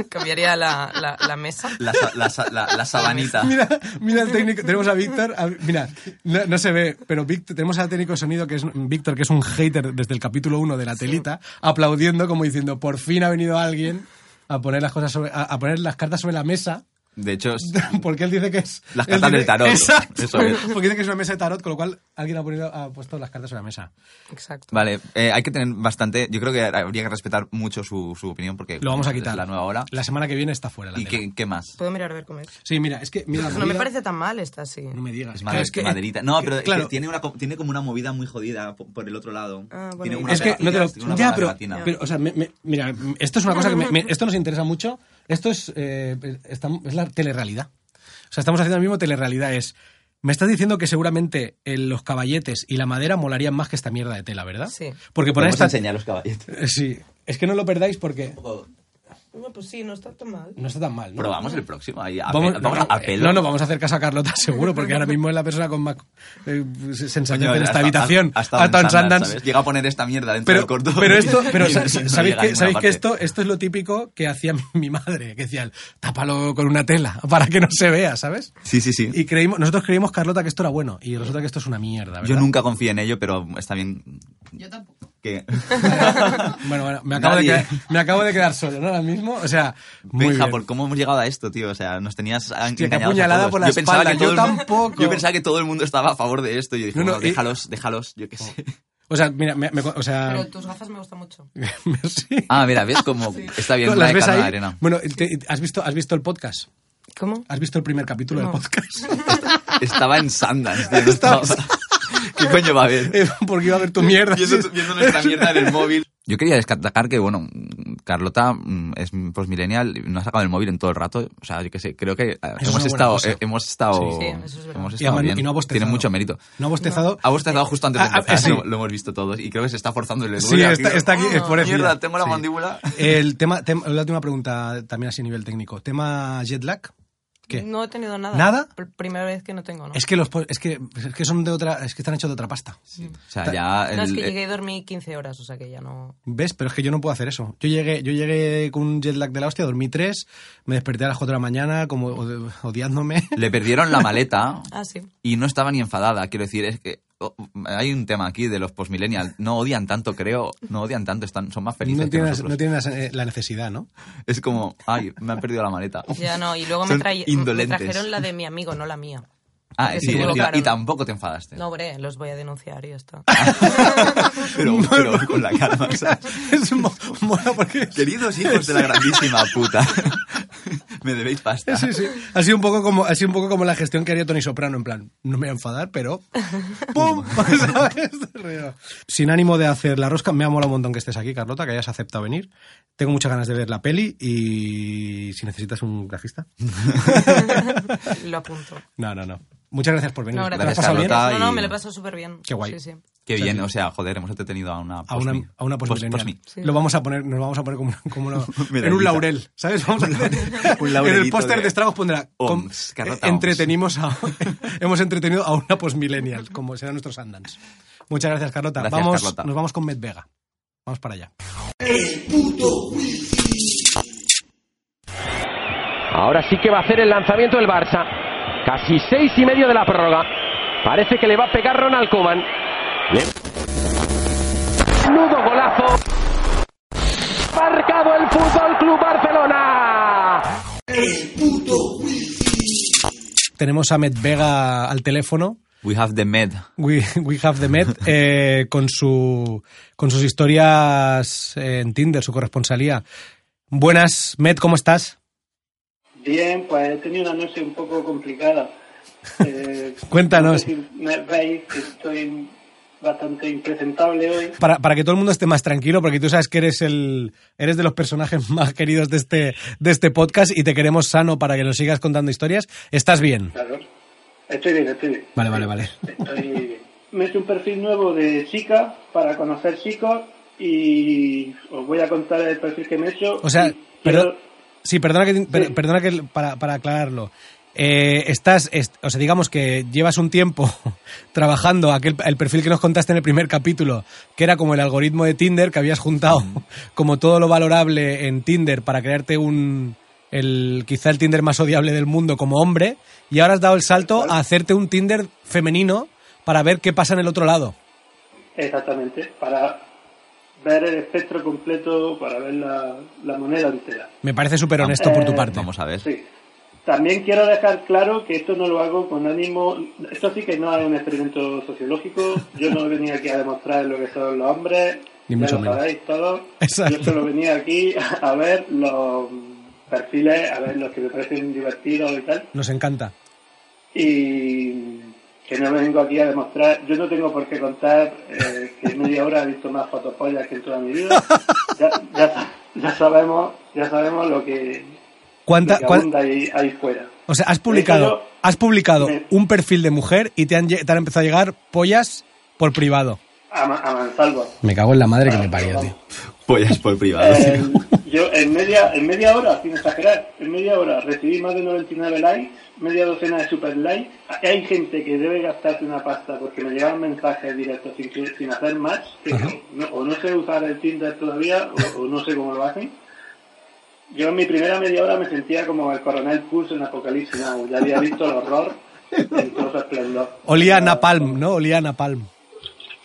Speaker 4: cambiaría la, la, la mesa.
Speaker 2: La, sa- la sa- la- la
Speaker 1: *laughs*
Speaker 2: sabanita.
Speaker 1: Mira, mira el técnico. Tenemos a Víctor. a- mira, no, no se ve, pero Víctor, tenemos al técnico de sonido que es Víctor, que es un hater desde el capítulo 1 de la telita, aplaudiendo como diciendo, por fin ha venido alguien a poner las cosas sobre- a- a poner las cartas sobre la mesa.
Speaker 2: De hecho,
Speaker 1: *laughs*
Speaker 2: es-
Speaker 1: Porque él dice que es.
Speaker 2: Las
Speaker 1: él
Speaker 2: cartas
Speaker 1: dice-
Speaker 2: del tarot.
Speaker 1: Exacto.
Speaker 2: Eso es.
Speaker 1: *laughs* Porque dice que es una mesa de tarot, con lo cual alguien ha, ponido- ha puesto las cartas en la mesa.
Speaker 4: Exacto.
Speaker 2: vale, eh, hay que tener bastante... Yo creo que habría que respetar mucho su, su opinión porque...
Speaker 1: Lo vamos a
Speaker 2: es
Speaker 1: quitar.
Speaker 2: La nueva hora.
Speaker 1: La semana que viene está fuera. La
Speaker 2: ¿Y
Speaker 1: tele.
Speaker 2: qué, qué más?
Speaker 4: Puedo mirar a ver cómo es.
Speaker 1: Sí, mira, es que. Mira, la
Speaker 4: No me
Speaker 1: movida-
Speaker 4: parece tan mal esta, sí.
Speaker 1: No me digas.
Speaker 2: Es
Speaker 1: Claro, es que-
Speaker 2: maderita. No, pero es que
Speaker 1: claro.
Speaker 2: tiene, una, co- tiene como una movida muy jodida po- por el otro lado.
Speaker 4: Ah, bueno,
Speaker 2: tiene
Speaker 4: y-
Speaker 2: una
Speaker 1: Es que no te lo.
Speaker 2: tiene una
Speaker 1: Ya,
Speaker 2: mala
Speaker 1: pero,
Speaker 2: gelatina.
Speaker 1: pero, O sea, me- me- mira, esto es una cosa que. me- me- esto nos interesa mucho. Esto es. eh, esta- es la telerrealidad. O sea, estamos haciendo ahora mismo telerrealidad. Es. Me estás diciendo que seguramente eh, los caballetes y la madera molarían más que esta mierda de tela, ¿verdad?
Speaker 4: Sí.
Speaker 1: Porque poner
Speaker 2: Podemos
Speaker 1: esta.
Speaker 2: enseñar los caballetes.
Speaker 1: Eh, Sí. Es que no lo perdáis porque
Speaker 4: No, pues sí, no está tan mal.
Speaker 1: no está tan mal. ¿no?
Speaker 2: Probamos el próximo. ahí, a pe- vamos a- a
Speaker 1: eh,
Speaker 2: pelo.
Speaker 1: no, no, vamos a hacer caso a Carlota, *laughs* seguro, porque ahora mismo es la persona con más eh, sensatez
Speaker 2: Coño,
Speaker 1: en esta
Speaker 2: hasta-
Speaker 1: habitación. Ah,
Speaker 2: ha- ha estado
Speaker 1: Ha estado en
Speaker 2: Sundance,
Speaker 1: Sundance.
Speaker 2: ¿sabes? Llega a poner esta mierda dentro
Speaker 1: Pero,
Speaker 2: del cordón.
Speaker 1: pero esto, pero
Speaker 2: Y
Speaker 1: sa-
Speaker 2: *laughs* no-
Speaker 1: sa-
Speaker 2: no
Speaker 1: sabéis,
Speaker 2: llega a
Speaker 1: que,
Speaker 2: ninguna
Speaker 1: sabéis que
Speaker 2: parte.
Speaker 1: esto, esto es lo típico que hacía mi- mi madre, que decía, tápalo con una tela *laughs* para que no se vea, ¿sabes?
Speaker 2: Sí, sí, sí.
Speaker 1: Y creímos, nosotros creímos, Carlota, que esto era bueno, y resulta que esto es una mierda, ¿verdad?
Speaker 2: Yo nunca confié en ello, pero está bien
Speaker 3: Yo tampoco. *laughs*
Speaker 2: que...
Speaker 1: Bueno, bueno, me acabo, de
Speaker 2: Nadie.
Speaker 1: quedar, me acabo de quedar solo, ¿no? Ahora mismo, o sea, muy
Speaker 2: Benja,
Speaker 1: bien.
Speaker 2: por cómo hemos llegado a esto, tío. O sea, nos tenías
Speaker 1: qué
Speaker 2: engañados a
Speaker 1: puñalada
Speaker 2: todos.
Speaker 1: por la
Speaker 2: yo pensaba
Speaker 1: espalda,
Speaker 2: que todo
Speaker 1: yo
Speaker 2: el mundo-
Speaker 1: tampoco.
Speaker 2: Yo pensaba que todo el mundo estaba a favor de esto. Yo dije,
Speaker 1: No, no,
Speaker 2: bueno,
Speaker 1: y- Oh.
Speaker 2: déjalos, déjalos, yo qué sé.
Speaker 1: O sea, mira, me- me- o sea...
Speaker 4: Pero tus gafas me gustan mucho.
Speaker 1: *laughs* sí.
Speaker 2: Ah, mira, ves cómo está bien
Speaker 1: No,
Speaker 2: una
Speaker 1: ¿Las
Speaker 2: de
Speaker 1: ves
Speaker 2: cada
Speaker 1: ahí?
Speaker 2: arena.
Speaker 1: Bueno, te- ¿has, visto, ¿has visto el podcast?
Speaker 4: ¿Cómo?
Speaker 1: ¿Has visto el primer capítulo
Speaker 4: No.
Speaker 1: del podcast? *laughs*
Speaker 2: Estaba en Sundance, tío, no estaba- *laughs* ¿Qué coño va a haber?
Speaker 1: Eh, Porque iba a ver tu mierda.
Speaker 2: Viendo, viendo nuestra mierda en el móvil. Yo quería destacar que, bueno, Carlota mm, es postmillennial, no ha sacado el móvil en todo el rato. O sea, yo qué sé, creo que eh,
Speaker 1: es una
Speaker 2: hemos
Speaker 1: buena
Speaker 2: estado,
Speaker 1: cosa.
Speaker 2: eh, hemos estado,
Speaker 4: Sí, sí, eso es verdad.
Speaker 2: hemos
Speaker 1: Y
Speaker 2: estado
Speaker 1: además-
Speaker 2: bien.
Speaker 1: y no ha bostezado.
Speaker 2: Tiene mucho mérito.
Speaker 1: *laughs* No ha bostezado.
Speaker 2: Ha bostezado justo antes de
Speaker 1: Ah, ah,
Speaker 2: empezar,
Speaker 1: sí.
Speaker 2: lo, lo hemos visto todos. Y creo que se está forzando el
Speaker 1: Sí, está, está aquí, es por
Speaker 2: Mierda, tengo la
Speaker 1: Sí.
Speaker 2: mandíbula.
Speaker 1: El tema, tem- la última pregunta también así a nivel técnico. ¿Tema jet lag? ¿Qué?
Speaker 4: No he tenido nada.
Speaker 1: ¿Nada?
Speaker 4: Pr- primera vez que no tengo, ¿no?
Speaker 1: Es que los po- es que, es que son de otra, es que están hechos de otra pasta.
Speaker 2: O sea, ya...
Speaker 4: No, es
Speaker 2: el- eh,
Speaker 4: que llegué y dormí 15 horas, o sea que ya no...
Speaker 1: ¿Ves? Pero es que yo no puedo hacer eso. Yo llegué, yo llegué con un jet lag de la hostia, dormí tres, me desperté a las cuatro de la mañana, como odi- odiándome.
Speaker 2: le perdieron la
Speaker 1: *laughs*
Speaker 2: maleta
Speaker 4: Ah, sí.
Speaker 2: y no estaba ni enfadada. Quiero decir, es que oh, hay un tema aquí de los postmillennials. No odian tanto, creo. No odian tanto, están, son más felices
Speaker 1: No
Speaker 2: que
Speaker 1: tienes,
Speaker 2: nosotros.
Speaker 1: no tienes la- la necesidad, ¿no?
Speaker 2: Es como, ay, me han perdido la maleta.
Speaker 4: *laughs* Ya no, y luego me,
Speaker 2: Son
Speaker 4: traje- me
Speaker 2: indolentes.
Speaker 4: trajeron la de mi amigo, no la mía.
Speaker 2: Ah,
Speaker 4: que
Speaker 2: sí,
Speaker 4: se
Speaker 2: es verdad.
Speaker 4: equivocaron.
Speaker 2: y tampoco te enfadaste.
Speaker 4: No, hombre, los voy a denunciar y ya está.
Speaker 2: *laughs* Pero, pero con la calma. o sea,
Speaker 1: Es mo- mola porque...
Speaker 2: Queridos hijos de la grandísima puta, *laughs* me debéis pasta.
Speaker 1: Sí, sí. Ha sido un poco como, ha sido un poco como la gestión que haría Tony Soprano, en plan, no me voy a enfadar, pero ¡pum! *laughs* ¿Sabes? Río. Sin ánimo de hacer la rosca, me ha molado un montón que estés aquí, Carlota, que hayas aceptado venir. Tengo muchas ganas de ver la peli y si necesitas un grafista.
Speaker 4: Lo apunto.
Speaker 1: No, no, no. Muchas gracias por venir.
Speaker 4: No,
Speaker 1: ¿Te lo has
Speaker 2: Gracias,
Speaker 1: pasado bien?
Speaker 2: Carlota.
Speaker 4: No, no,
Speaker 2: y-
Speaker 4: me lo paso súper bien.
Speaker 1: Qué guay.
Speaker 4: Sí, sí.
Speaker 2: Qué
Speaker 1: Sí,
Speaker 2: bien,
Speaker 1: sí.
Speaker 2: o sea, joder, hemos entretenido a una
Speaker 1: A una,
Speaker 2: postmi-
Speaker 1: a una
Speaker 2: pos-
Speaker 1: postmillennial.
Speaker 2: postmi.
Speaker 4: Sí.
Speaker 1: Lo vamos a poner, nos vamos a poner como, una- como
Speaker 2: *laughs*
Speaker 1: una-
Speaker 2: Me da
Speaker 1: en un
Speaker 2: risa.
Speaker 1: laurel, ¿sabes? Vamos a-
Speaker 2: *laughs* un
Speaker 1: en el
Speaker 2: laurelito
Speaker 1: póster
Speaker 2: de-
Speaker 1: de Estragos pondrá com-
Speaker 2: Oms, Carlota
Speaker 1: eh, entretenimos a, *laughs* hemos entretenido a una postmillennial, como será nuestro Sundance. Muchas gracias, Carlota.
Speaker 2: Gracias,
Speaker 1: vamos,
Speaker 2: Carlota.
Speaker 1: Nos vamos con Med Vega. Vamos para allá.
Speaker 5: Ahora sí que va a hacer el lanzamiento del Barça. Casi seis y medio de la prórroga. Parece que le va a pegar Ronald Koeman. Le- Nudo golazo. Marcado el Fútbol Club Barcelona.
Speaker 1: Tenemos a Med Vega al teléfono.
Speaker 2: We have the med.
Speaker 1: We, we have the Med eh, con, su, con sus historias eh, en Tinder, su corresponsalía. Buenas, Met, ¿cómo estás?
Speaker 6: Bien, pues he tenido una noche un
Speaker 1: *laughs*
Speaker 6: poco complicada. Eh,
Speaker 1: Cuéntanos.
Speaker 6: no sé si me veis que estoy bastante impresentable hoy.
Speaker 1: Para, para que todo el mundo esté más tranquilo, porque tú sabes que eres el eres de los personajes *laughs* más queridos de este, de este podcast y te queremos sano para que nos sigas contando historias. ¿Estás bien?
Speaker 6: Claro. Estoy bien, estoy bien.
Speaker 1: Vale, vale, vale.
Speaker 6: Estoy... Me he hecho un perfil nuevo de chicas para conocer chicos y os voy a contar el perfil que me he hecho.
Speaker 1: O sea,
Speaker 6: Y quiero-
Speaker 1: perdón, sí, perdona que, te- per-
Speaker 6: Sí.
Speaker 1: perdona que para, para aclararlo. Eh, estás, est- o sea, digamos que llevas un tiempo *laughs* trabajando aquel el perfil que nos contaste en el primer capítulo, que era como el algoritmo de Tinder, que habías juntado *laughs* como todo lo valorable en Tinder para crearte un el quizá el Tinder más odiable del mundo como hombre, y ahora has dado el salto a hacerte un Tinder femenino para ver qué pasa en el otro lado.
Speaker 6: Exactamente, para ver el espectro completo, para ver la, la moneda entera.
Speaker 1: Me parece súper honesto por tu
Speaker 6: Eh,
Speaker 1: parte.
Speaker 2: Vamos a ver.
Speaker 6: Sí. También quiero dejar claro que esto no lo hago con ánimo, esto sí que no es un experimento sociológico, yo no venía aquí a demostrar lo que son los hombres,
Speaker 1: Ni
Speaker 6: ya
Speaker 1: mucho
Speaker 6: lo
Speaker 1: menos.
Speaker 6: sabéis todos,
Speaker 1: Exacto.
Speaker 6: yo solo venía aquí a ver los perfiles, a ver los que me parecen divertidos y tal,
Speaker 1: Nos encanta.
Speaker 6: y que no vengo aquí a demostrar, yo no tengo por qué contar eh, que en media hora he visto más fotopollas que en toda mi vida, ya, ya- ya sabemos, ya sabemos lo que,
Speaker 1: ¿Cuánta,
Speaker 6: lo que
Speaker 1: cuán-
Speaker 6: abunda ahí, ahí fuera.
Speaker 1: O sea, has publicado,
Speaker 6: Eso yo-
Speaker 1: has publicado
Speaker 6: Eh, Me-
Speaker 1: un perfil de mujer y te han, lle- te han empezado a llegar pollas por privado.
Speaker 6: a, Ma- a Mansalva.
Speaker 1: Me cago en la madre que me
Speaker 6: parió, tío.
Speaker 2: Pollas por
Speaker 1: Ah,
Speaker 2: privado.
Speaker 6: Eh, yo en media, en media hora, sin exagerar, en media hora recibí más de 99 likes, media docena de super likes. Hay gente que debe gastarse una pasta porque me llegaban mensajes directos sin, que- sin hacer match, que no- o no sé usar el Tinder todavía, o, o no sé cómo lo hacen. Yo en mi primera media hora me sentía como el coronel Curso en Apocalipsis Now, ya había visto el horror en todo su esplendor.
Speaker 1: Olía a Napalm, ¿no? Olía a Napalm.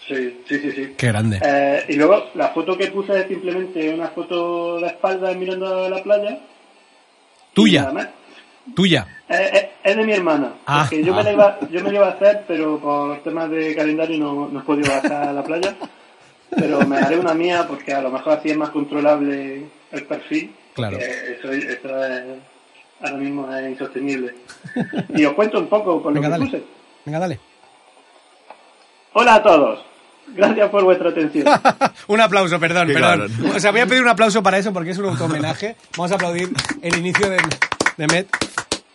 Speaker 6: Sí, sí, sí, sí.
Speaker 1: Qué grande.
Speaker 6: Eh, y luego la foto que puse es simplemente una foto de espaldas mirando a la playa. Y
Speaker 1: Tuya,
Speaker 6: nada más.
Speaker 1: tuya.
Speaker 6: Eh, eh, es de mi hermana.
Speaker 1: Ah.
Speaker 6: porque yo, me la iba, yo me la iba a hacer, pero por temas de calendario no, no he podido bajar a la playa. Pero me haré una mía porque a lo mejor así es más controlable el perfil.
Speaker 1: Claro.
Speaker 6: Eh, eso, eso es, ahora mismo es insostenible. Y os cuento un poco con lo
Speaker 1: Venga,
Speaker 6: que
Speaker 1: dale.
Speaker 6: puse.
Speaker 1: Venga, dale.
Speaker 6: Hola a todos. Gracias por
Speaker 1: *laughs*
Speaker 6: vuestra atención.
Speaker 1: un aplauso, perdón,
Speaker 2: Qué
Speaker 1: perdón.
Speaker 2: cabrón.
Speaker 1: O sea, voy a pedir un aplauso para eso porque es un auto-homenaje. Vamos a aplaudir el inicio de, de Met.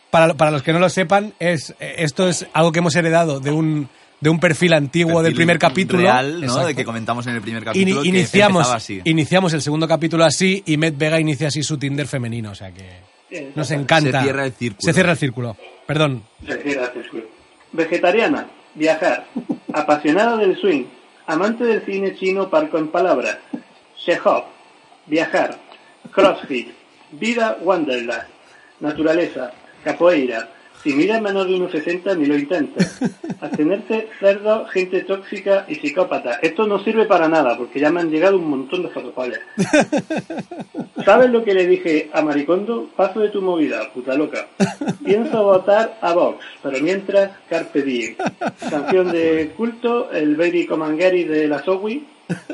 Speaker 1: Para, para los que no lo sepan, es, eh, esto es algo que hemos heredado de un, de un perfil antiguo del
Speaker 2: Perfil
Speaker 1: primer capítulo.
Speaker 2: Real, ¿no?
Speaker 1: Exacto.
Speaker 2: De que comentamos en el primer
Speaker 1: Ini-
Speaker 2: capítulo. que
Speaker 1: iniciamos,
Speaker 2: empezaba así.
Speaker 1: iniciamos el segundo capítulo así y Met Vega inicia así su Tinder femenino, o sea que
Speaker 6: Eh,
Speaker 1: nos encanta.
Speaker 2: Se cierra el círculo.
Speaker 1: Se cierra el círculo. Perdón.
Speaker 6: Vegetariana, viajar, apasionada del swing, amante del cine chino parco en palabras, Shehop, viajar, crossfit, vida wanderlust, naturaleza, capoeira, si mira menos de 1,60 ni lo intenta, abstenerse, cerdo, gente tóxica y psicópata. Esto no sirve para nada porque ya me han llegado un montón de fotopollas. ¿Sabes lo que le dije a Maricondo? Paso de tu movida, puta loca. Pienso votar a Vox, pero mientras, Carpe Diem. Canción de culto, el Baby Comangeri de la Sowi.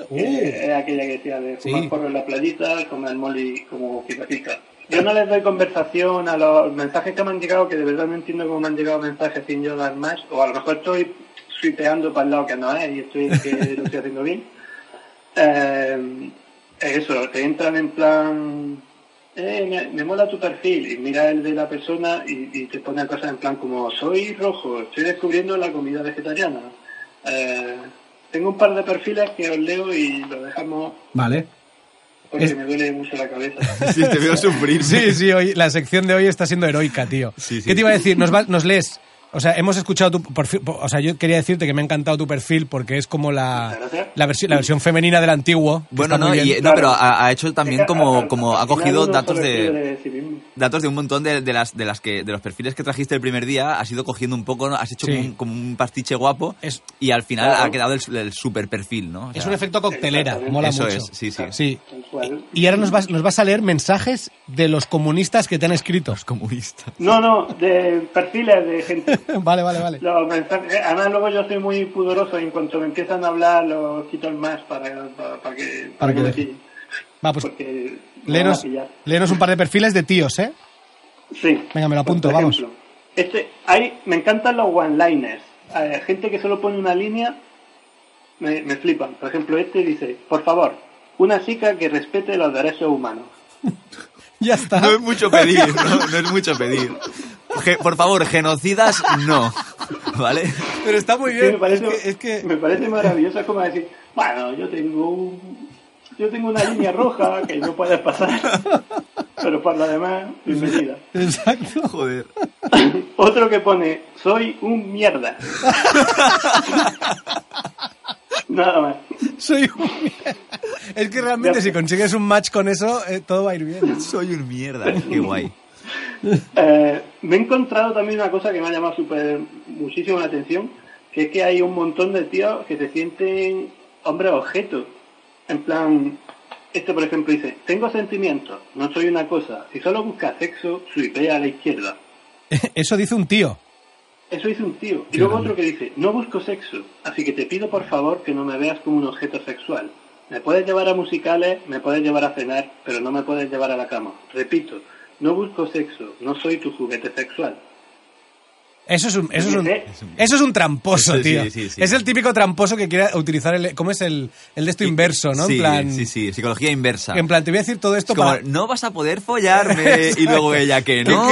Speaker 6: que es aquella que decía de fumar
Speaker 1: Sí.
Speaker 6: porro en la playita, comer moli como pipatita. Yo no les doy conversación a los mensajes que me han llegado, que de verdad no entiendo cómo me han llegado mensajes sin yo dar más. O a lo mejor estoy suiteando para el lado que no es y estoy que lo estoy haciendo bien. Eh, eso, te entran en plan, eh, me, me mola tu perfil y mira el de la persona y, y te ponen cosas en plan como, soy rojo, estoy descubriendo la comida vegetariana. Eh, tengo un par de perfiles que os leo y los dejamos
Speaker 1: Vale.
Speaker 6: porque
Speaker 1: Es-
Speaker 6: me duele mucho la cabeza.
Speaker 2: *laughs* Sí, te veo sufrir.
Speaker 1: Sí, sí, hoy, la sección de hoy está siendo heroica, tío.
Speaker 2: Sí, sí.
Speaker 1: ¿Qué te iba a decir? Nos, va- nos lees. O sea, hemos escuchado tu perfil. O sea, yo quería decirte que me ha encantado tu perfil porque es como la,
Speaker 6: Muchas gracias.
Speaker 1: la, versi- la versión femenina del antiguo. que
Speaker 2: Bueno,
Speaker 1: está
Speaker 2: no,
Speaker 1: muy
Speaker 2: y- eh,
Speaker 1: bien.
Speaker 2: no, pero ha, ha hecho
Speaker 6: *laughs*
Speaker 2: también como, como ha
Speaker 6: Al final
Speaker 2: cogido
Speaker 6: uno
Speaker 2: datos
Speaker 6: solo escribe
Speaker 2: de,
Speaker 6: sí mismo.
Speaker 2: datos de un montón de, de las de las que de los perfiles que trajiste el primer día has ido cogiendo un poco ¿no? has hecho
Speaker 1: Sí.
Speaker 2: como, un, como un pastiche guapo
Speaker 1: Es-
Speaker 2: y al final
Speaker 6: Claro.
Speaker 2: ha quedado el, el super perfil no O
Speaker 1: Es
Speaker 2: sea, *laughs*
Speaker 1: un efecto coctelera,
Speaker 6: Exactamente.
Speaker 1: mola
Speaker 2: eso
Speaker 1: mucho.
Speaker 2: es sí sí
Speaker 1: Sí.
Speaker 6: Tal cual.
Speaker 1: Y ahora nos vas, nos vas a leer mensajes de los comunistas que te han escrito.
Speaker 2: comunista
Speaker 6: No, no, de perfiles de gente.
Speaker 1: *laughs* Vale, vale, vale.
Speaker 6: Los mensajes- eh, además luego yo soy muy pudoroso y en cuanto me empiezan a hablar los quito el más para, para, para que,
Speaker 1: Para que
Speaker 6: no me
Speaker 1: deje.
Speaker 6: pillen.
Speaker 1: Va, pues
Speaker 6: Porque me van a
Speaker 1: léenos,
Speaker 6: pillar.
Speaker 1: léenos un par de perfiles de tíos, ¿eh?
Speaker 6: Sí.
Speaker 1: Venga, me lo apunto,
Speaker 6: Por
Speaker 1: vamos.
Speaker 6: ejemplo, Este, hay, me encantan los one-liners. Eh, gente que solo pone una línea, me, me flipan. Por ejemplo, este dice, por favor, una chica que respete los derechos humanos.
Speaker 1: *laughs* Ya está.
Speaker 2: No es mucho pedir, no, no es mucho pedir. Ge- por favor, genocidas, no. *laughs* ¿Vale? *laughs*
Speaker 1: Pero está muy
Speaker 6: Sí, me, parece, me parece maravilloso, es como decir, bueno, yo tengo un- yo tengo una línea roja que no puedes pasar, *laughs* pero por lo demás, bienvenida.
Speaker 1: Exacto. *laughs*
Speaker 2: Joder.
Speaker 6: Otro que pone, soy un mierda. Nada más.
Speaker 1: Soy un... Es que realmente
Speaker 6: Ya.
Speaker 1: si consigues un match con eso, eh, todo va a ir bien.
Speaker 2: Soy un mierda. Qué guay.
Speaker 6: Eh, me he encontrado también una cosa que me ha llamado super muchísimo la atención, que es que hay un montón de tíos que se sienten hombres objetos. En plan, este por ejemplo dice, tengo sentimientos, no soy una cosa. Si solo buscas sexo, swipea a la izquierda.
Speaker 1: *laughs* Eso dice un tío.
Speaker 6: Eso dice un tío. Y
Speaker 1: Qué
Speaker 6: luego
Speaker 1: grande.
Speaker 6: otro que dice, no busco sexo, así que te pido por favor que no me veas como un objeto sexual. Me puedes llevar a musicales, me puedes llevar a cenar, pero no me puedes llevar a la cama. Repito, no busco sexo, no soy tu juguete sexual.
Speaker 1: Eso es un, eso es un,
Speaker 6: ¿Eh?
Speaker 1: eso es un tramposo,
Speaker 2: Eso sí,
Speaker 1: tío.
Speaker 2: sí, sí.
Speaker 1: Es el típico tramposo que quiere utilizar el, ¿cómo es el, el de esto inverso, no?
Speaker 2: Sí,
Speaker 1: en plan,
Speaker 2: sí, sí. Psicología inversa.
Speaker 1: en plan, te voy a decir todo esto
Speaker 2: Es como,
Speaker 1: para
Speaker 2: no vas a poder follarme. y luego ella,
Speaker 1: *laughs*
Speaker 2: que no.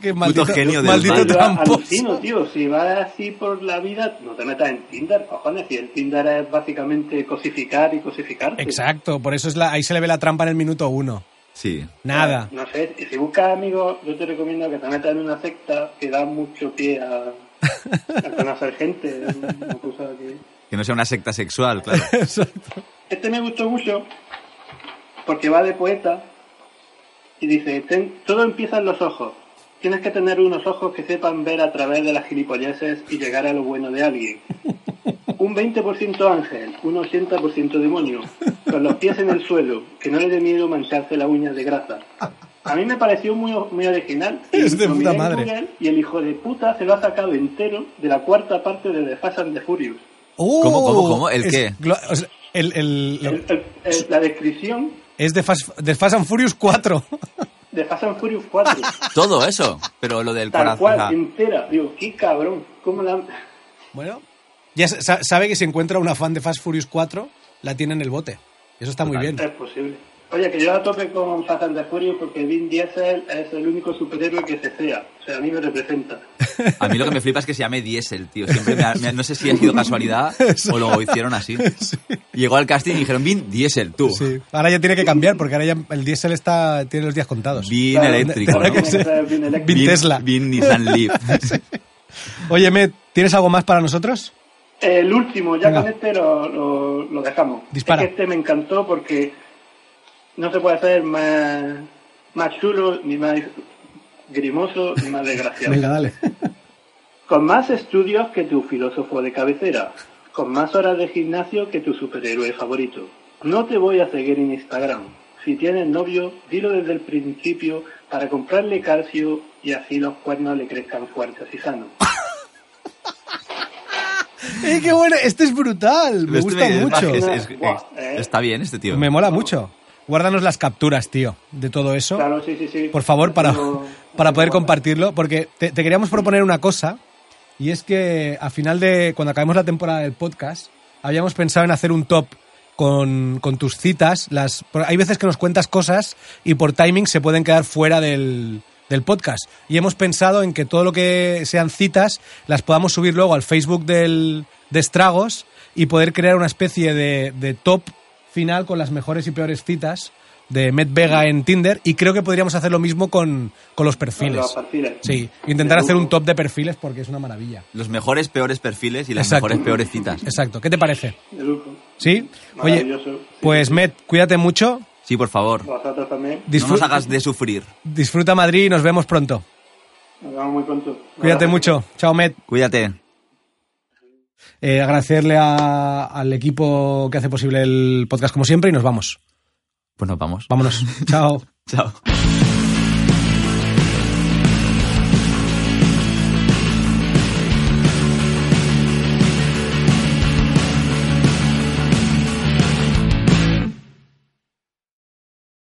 Speaker 1: que, *laughs* maldito,
Speaker 2: genio del
Speaker 1: maldito
Speaker 2: mal.
Speaker 6: Yo
Speaker 1: tramposo.
Speaker 6: alucino, tío. Si vas así por la vida, no te metas en Tinder, cojones. Si el Tinder es básicamente cosificar y cosificarte.
Speaker 1: Exacto, por eso es la, ahí se le ve la trampa en el minuto uno.
Speaker 2: Sí.
Speaker 1: Nada.
Speaker 6: No sé, y si buscas amigos, yo te recomiendo que te metas en una secta que da mucho pie a, a conocer gente. *laughs* es una cosa que-
Speaker 2: Que no sea una secta sexual, claro.
Speaker 6: Este me gustó mucho porque va de poeta y dice, "Ten- todo empieza en los ojos. Tienes que tener unos ojos que sepan ver a través de las gilipolleces y llegar a lo bueno de alguien. Un 20% ángel, un 80% demonio, con los pies en el suelo, que no le dé miedo mancharse las uñas de grasa. A mí me pareció muy, muy original. y
Speaker 1: Es de
Speaker 6: lo
Speaker 1: puta
Speaker 6: miré en
Speaker 1: madre.
Speaker 6: Google Y el hijo de puta se lo ha sacado entero de la cuarta parte de The Fast and the Furious.
Speaker 1: Oh,
Speaker 2: ¿Cómo, cómo, cómo? ¿El
Speaker 1: es
Speaker 2: qué?
Speaker 1: glo- o sea, el- el- lo-
Speaker 6: El- el- el- la descripción
Speaker 1: es de Fast, de Fast and Furious 4.
Speaker 6: de Fast and Furious
Speaker 1: *laughs*
Speaker 6: 4.
Speaker 2: Todo eso. Pero lo del
Speaker 6: Tal
Speaker 2: corazón.
Speaker 6: cual,
Speaker 2: ah,
Speaker 6: entera. Digo, qué cabrón. ¿Cómo la...
Speaker 1: bueno, ya sa- sabe que si encuentra una fan de Fast Furious 4, la tiene en el bote. Eso está muy bien.
Speaker 6: Es posible. Oye, que yo la tope con Fast and the Furious porque Vin Diesel es el único superhéroe que se sea. O sea, a mí me representa.
Speaker 2: A mí lo que me flipa es que se llame Diesel, tío. Siempre me ha- me ha- no sé si ha sido casualidad o lo
Speaker 1: *laughs*
Speaker 2: hicieron así. Llegó al casting y dijeron, Vin Diesel, tú.
Speaker 1: Sí. Ahora ya tiene que cambiar porque ahora ya el diésel está, tiene los días contados.
Speaker 2: Vin
Speaker 6: Claro,
Speaker 2: eléctrico,
Speaker 6: ahora
Speaker 2: ¿no?
Speaker 6: que se- Vin eléctrico.
Speaker 1: Vin Tesla.
Speaker 2: Vin Nissan Leaf.
Speaker 1: *laughs* Oye, Met, ¿tienes algo más para nosotros?
Speaker 6: El último, ya
Speaker 1: Venga.
Speaker 6: con este lo, lo, lo dejamos.
Speaker 1: Dispara.
Speaker 6: Es que este me encantó porque no se puede hacer más, más chulo, ni más grimoso,
Speaker 1: *laughs*
Speaker 6: ni más desgraciado.
Speaker 1: dale.
Speaker 6: Con más estudios que tu filósofo de cabecera. Con más horas de gimnasio que tu superhéroe favorito. No te voy a seguir en Instagram. Si tienes novio, dilo desde el principio para comprarle calcio y así los cuernos le crezcan fuertes y sanos.
Speaker 1: ¡Eh, qué bueno! Este es brutal. Me
Speaker 2: Este
Speaker 1: gusta
Speaker 2: me-
Speaker 1: mucho.
Speaker 2: es- es- es-
Speaker 6: Buah, eh.
Speaker 2: está bien este tío.
Speaker 1: Me mola mucho. Guárdanos las capturas, tío, de todo eso.
Speaker 6: Claro, sí, sí, sí.
Speaker 1: Por favor, para,
Speaker 6: Pero-
Speaker 1: para poder compartirlo. Porque te, te queríamos proponer una cosa. Y es que a final de. Cuando acabemos la temporada del podcast, habíamos pensado en hacer un top. Con, con tus citas, las, por- hay veces que nos cuentas cosas y por timing se pueden quedar fuera del, del podcast. Y hemos pensado en que todo lo que sean citas las podamos subir luego al Facebook del, de Estragos y poder crear una especie de, de top final con las mejores y peores citas de Met Vega en Tinder. Y creo que podríamos hacer lo mismo con, con los
Speaker 6: Con los
Speaker 1: perfiles.
Speaker 6: perfiles.
Speaker 1: Sí, intentar
Speaker 6: De
Speaker 1: hacer un
Speaker 6: lujo.
Speaker 1: top de perfiles porque es una maravilla.
Speaker 2: Los mejores, peores perfiles y las
Speaker 1: Exacto.
Speaker 2: mejores, peores citas.
Speaker 1: Exacto, ¿qué te parece?
Speaker 6: De lujo.
Speaker 1: ¿Sí? Oye,
Speaker 6: Maravilloso. Sí,
Speaker 1: pues
Speaker 6: sí, sí.
Speaker 1: Met, cuídate mucho,
Speaker 2: Sí, por favor.
Speaker 6: Vosotros también.
Speaker 2: No nos
Speaker 1: disfru-
Speaker 2: hagas de sufrir.
Speaker 1: disfruta Madrid y nos vemos pronto.
Speaker 6: Nos vemos muy pronto. Un
Speaker 1: Cuídate
Speaker 6: abrazo.
Speaker 1: mucho, chao Met.
Speaker 2: Cuídate.
Speaker 1: Eh, agradecerle a- al equipo que hace posible el podcast como siempre y nos vamos.
Speaker 2: *laughs* Pues nos vamos.
Speaker 1: Vámonos. Chao.
Speaker 2: Chao.